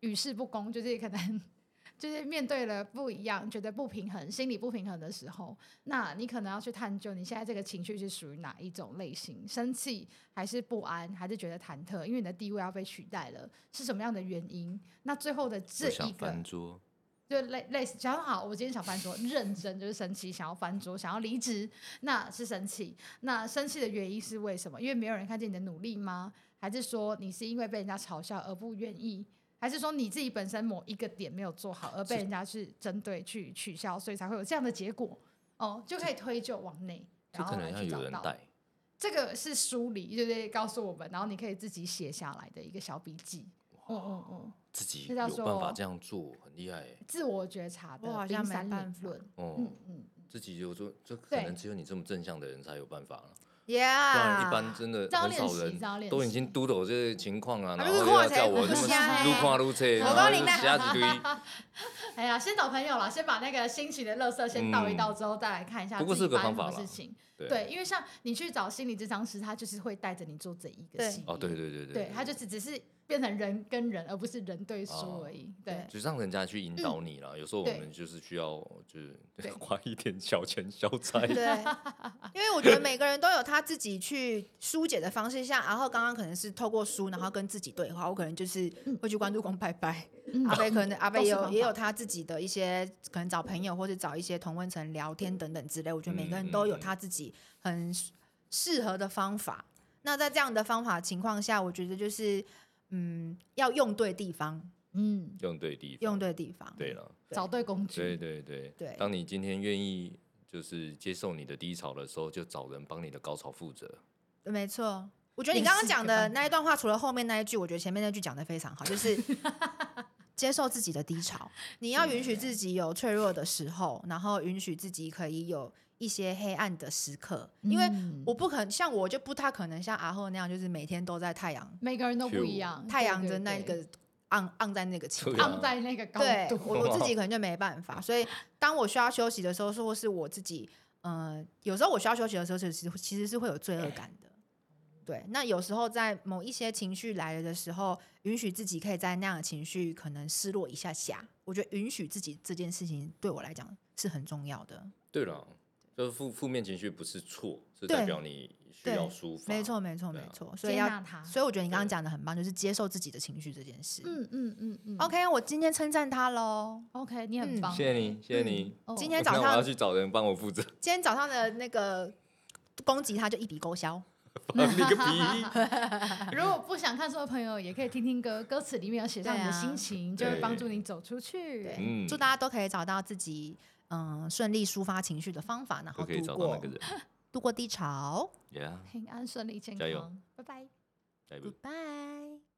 C: 与世不公，就是可能 [LAUGHS] 就是面对了不一样，觉得不平衡，心理不平衡的时候，那你可能要去探究你现在这个情绪是属于哪一种类型，生气还是不安，还是觉得忐忑，因为你的地位要被取代了，是什么样的原因？那最后的这
B: 我
C: 一
B: 想
C: 个
B: 翻桌，
C: 就类类似，想好，我今天想翻桌，认真就是生气，想要翻桌，想要离职，那是生气。那生气的原因是为什么？因为没有人看见你的努力吗？还是说你是因为被人家嘲笑而不愿意？还是说你自己本身某一个点没有做好，而被人家去针对、去取消，所以才会有这样的结果？哦，就可以推就往内，
B: 这
C: 然
B: 可
C: 后
B: 能
C: 来
B: 要
C: 去
B: 有
C: 找
B: 人
C: 到。
B: 带，
C: 这个是梳理，对不对？告诉我们，然后你可以自己写下来的一个小笔记。嗯嗯嗯，
B: 自己
C: 这
B: 有
C: 叫
B: 办法
C: 做
B: 这样做，很厉害欸。
C: 自我觉察
D: 我好
C: 的
D: 像
C: 冰
D: 没
C: 山
D: 办
C: 理
D: 法
C: 论。
B: 哦，
C: 嗯嗯。
B: 自己就做，这可
C: 对啊
B: 能只有你这么正向的人才有办法了，不然
D: Yeah，
B: 一般真
C: [LAUGHS]
B: 的
C: 这要
B: 很
C: 练
B: 少
C: 习这要
B: 人
C: 练
B: 都已
C: 习
B: 经督导这个情况啊，
D: 啊
B: 然
D: 你
B: 后又
D: 看
B: 要
D: 才
B: 叫我
D: 有
B: 这么
D: 真相
B: 撸看撸
C: [LAUGHS]
B: 切，
D: 我
B: 然
D: 讲
B: 后
D: 你
B: 又
D: 那
B: 写一堆。
C: 哎呀，先找朋友啦，先把那个心情的垃圾先倒一倒，之后、再来看一下
B: 不过是
C: 自己
B: 个
C: 发生
B: 方法
C: 什么
B: 啦
C: 事情。
B: 对
C: 对，因为像你去找心理咨商师，他就是会带着你做这一个
D: 对
C: 系列。
B: 哦，对对对
C: 对，他就只只是变成人跟人，而不是人对
B: 哦
C: 书而已。对，
B: 就让人家去
D: 嗯
B: 引导你啦。有时候我
C: 对
B: 们就是需要，就是
C: 对
B: [LAUGHS] 花一点小钱消灾。
C: [LAUGHS]
D: 对，因为我觉得每个人都有他自己去疏解的方式，像然后刚刚可能是透过书，然后跟自己对话，我可能就是会去关注公拜拜，
C: 嗯
B: 啊
D: 阿贝可能阿贝也
C: 都是
D: 有
C: 方法
D: 也有他自己的一些可能找朋友或者找一些同温层聊天等等之类，我觉得每个
C: 嗯
D: 人都有他自己很适合的方法。那在这样的方法情况下，我觉得就是嗯，要用对地方，
C: 嗯，
B: 用对地方，
D: 用对地方，
B: 对了，
D: 对
C: 找对工
B: 对
C: 具。
B: 对对
D: 对
B: 当你今天愿意就是接受你的低潮的时候，就找人帮你的高潮负责。
D: 没错。我觉得你
C: 也
D: 刚刚
C: 是
D: 讲
C: 一个
D: 的
C: 方法
D: 那一段话，除了后面那一句，我觉得前面那句讲的非常好，就是 [LAUGHS] 接受自己的低潮，你要允许自己有脆弱的时候，然后允许自己可以有一些黑暗的时刻，因为
C: 嗯
D: 我不可能像我就不太可能像阿后那样，就是每天都在太阳
C: 每个人都不
B: Q
C: 一样，
D: 太
C: 对
D: 阳
C: 对
D: 的那一
C: 对
D: 个昂昂在那个情
B: 对
D: 况
B: 啊
C: 放在那个高
D: 对
C: 度。
D: 我我自
B: [LAUGHS]
D: 己可能就没办法，所以当我需要休息的时候，或是我自己，呃，有时候我需要休息的时候，其实其实是会有罪恶感的。对，那有时候在某一些情绪来了的时候，允许自己可以在那样的情绪可能失落一下下，我觉得允许自己这件事情对我来讲是很重要的。
B: 对了，就是负负面情绪不是错，是代
D: 对
B: 表你需
D: 对
B: 要抒发。
D: 没错，，没错，
B: 对
D: 没
B: 啊
D: 错。所以
C: 接
D: 要
C: 纳它，
D: 所以我觉得你刚刚
B: 对
D: 讲的很棒，就是接受自己的情绪这件事。
C: 嗯嗯嗯嗯。
D: OK，我今天称赞他喽。
C: OK，你很
D: 嗯
C: 棒。
B: 谢谢你，谢谢你。
C: 哦
D: 今
B: 那
D: 天早
B: 我要
D: 上，
B: 去找人帮我
D: [LAUGHS]
B: 负责，
D: 今天早上的那个攻击，他就一笔勾销。
B: 帮你个
D: [LAUGHS]
B: 屁！
C: [LAUGHS] 如果不想看书的朋友，也可以听听歌，歌词里面有写上你的
D: 对啊
C: 心情，就会
B: 对
C: 帮助你走出去。
D: 对，
B: 嗯
D: 祝大家都可以找到自己嗯顺利抒发情绪的方法，然
B: 都
D: 后
B: 可以
D: 度
B: 找到那
D: 过
B: 个人
D: 度过低潮。
B: ，Yeah，
C: 平安顺利健
B: 加油
C: 康，拜拜。
B: 加油
D: Goodbye。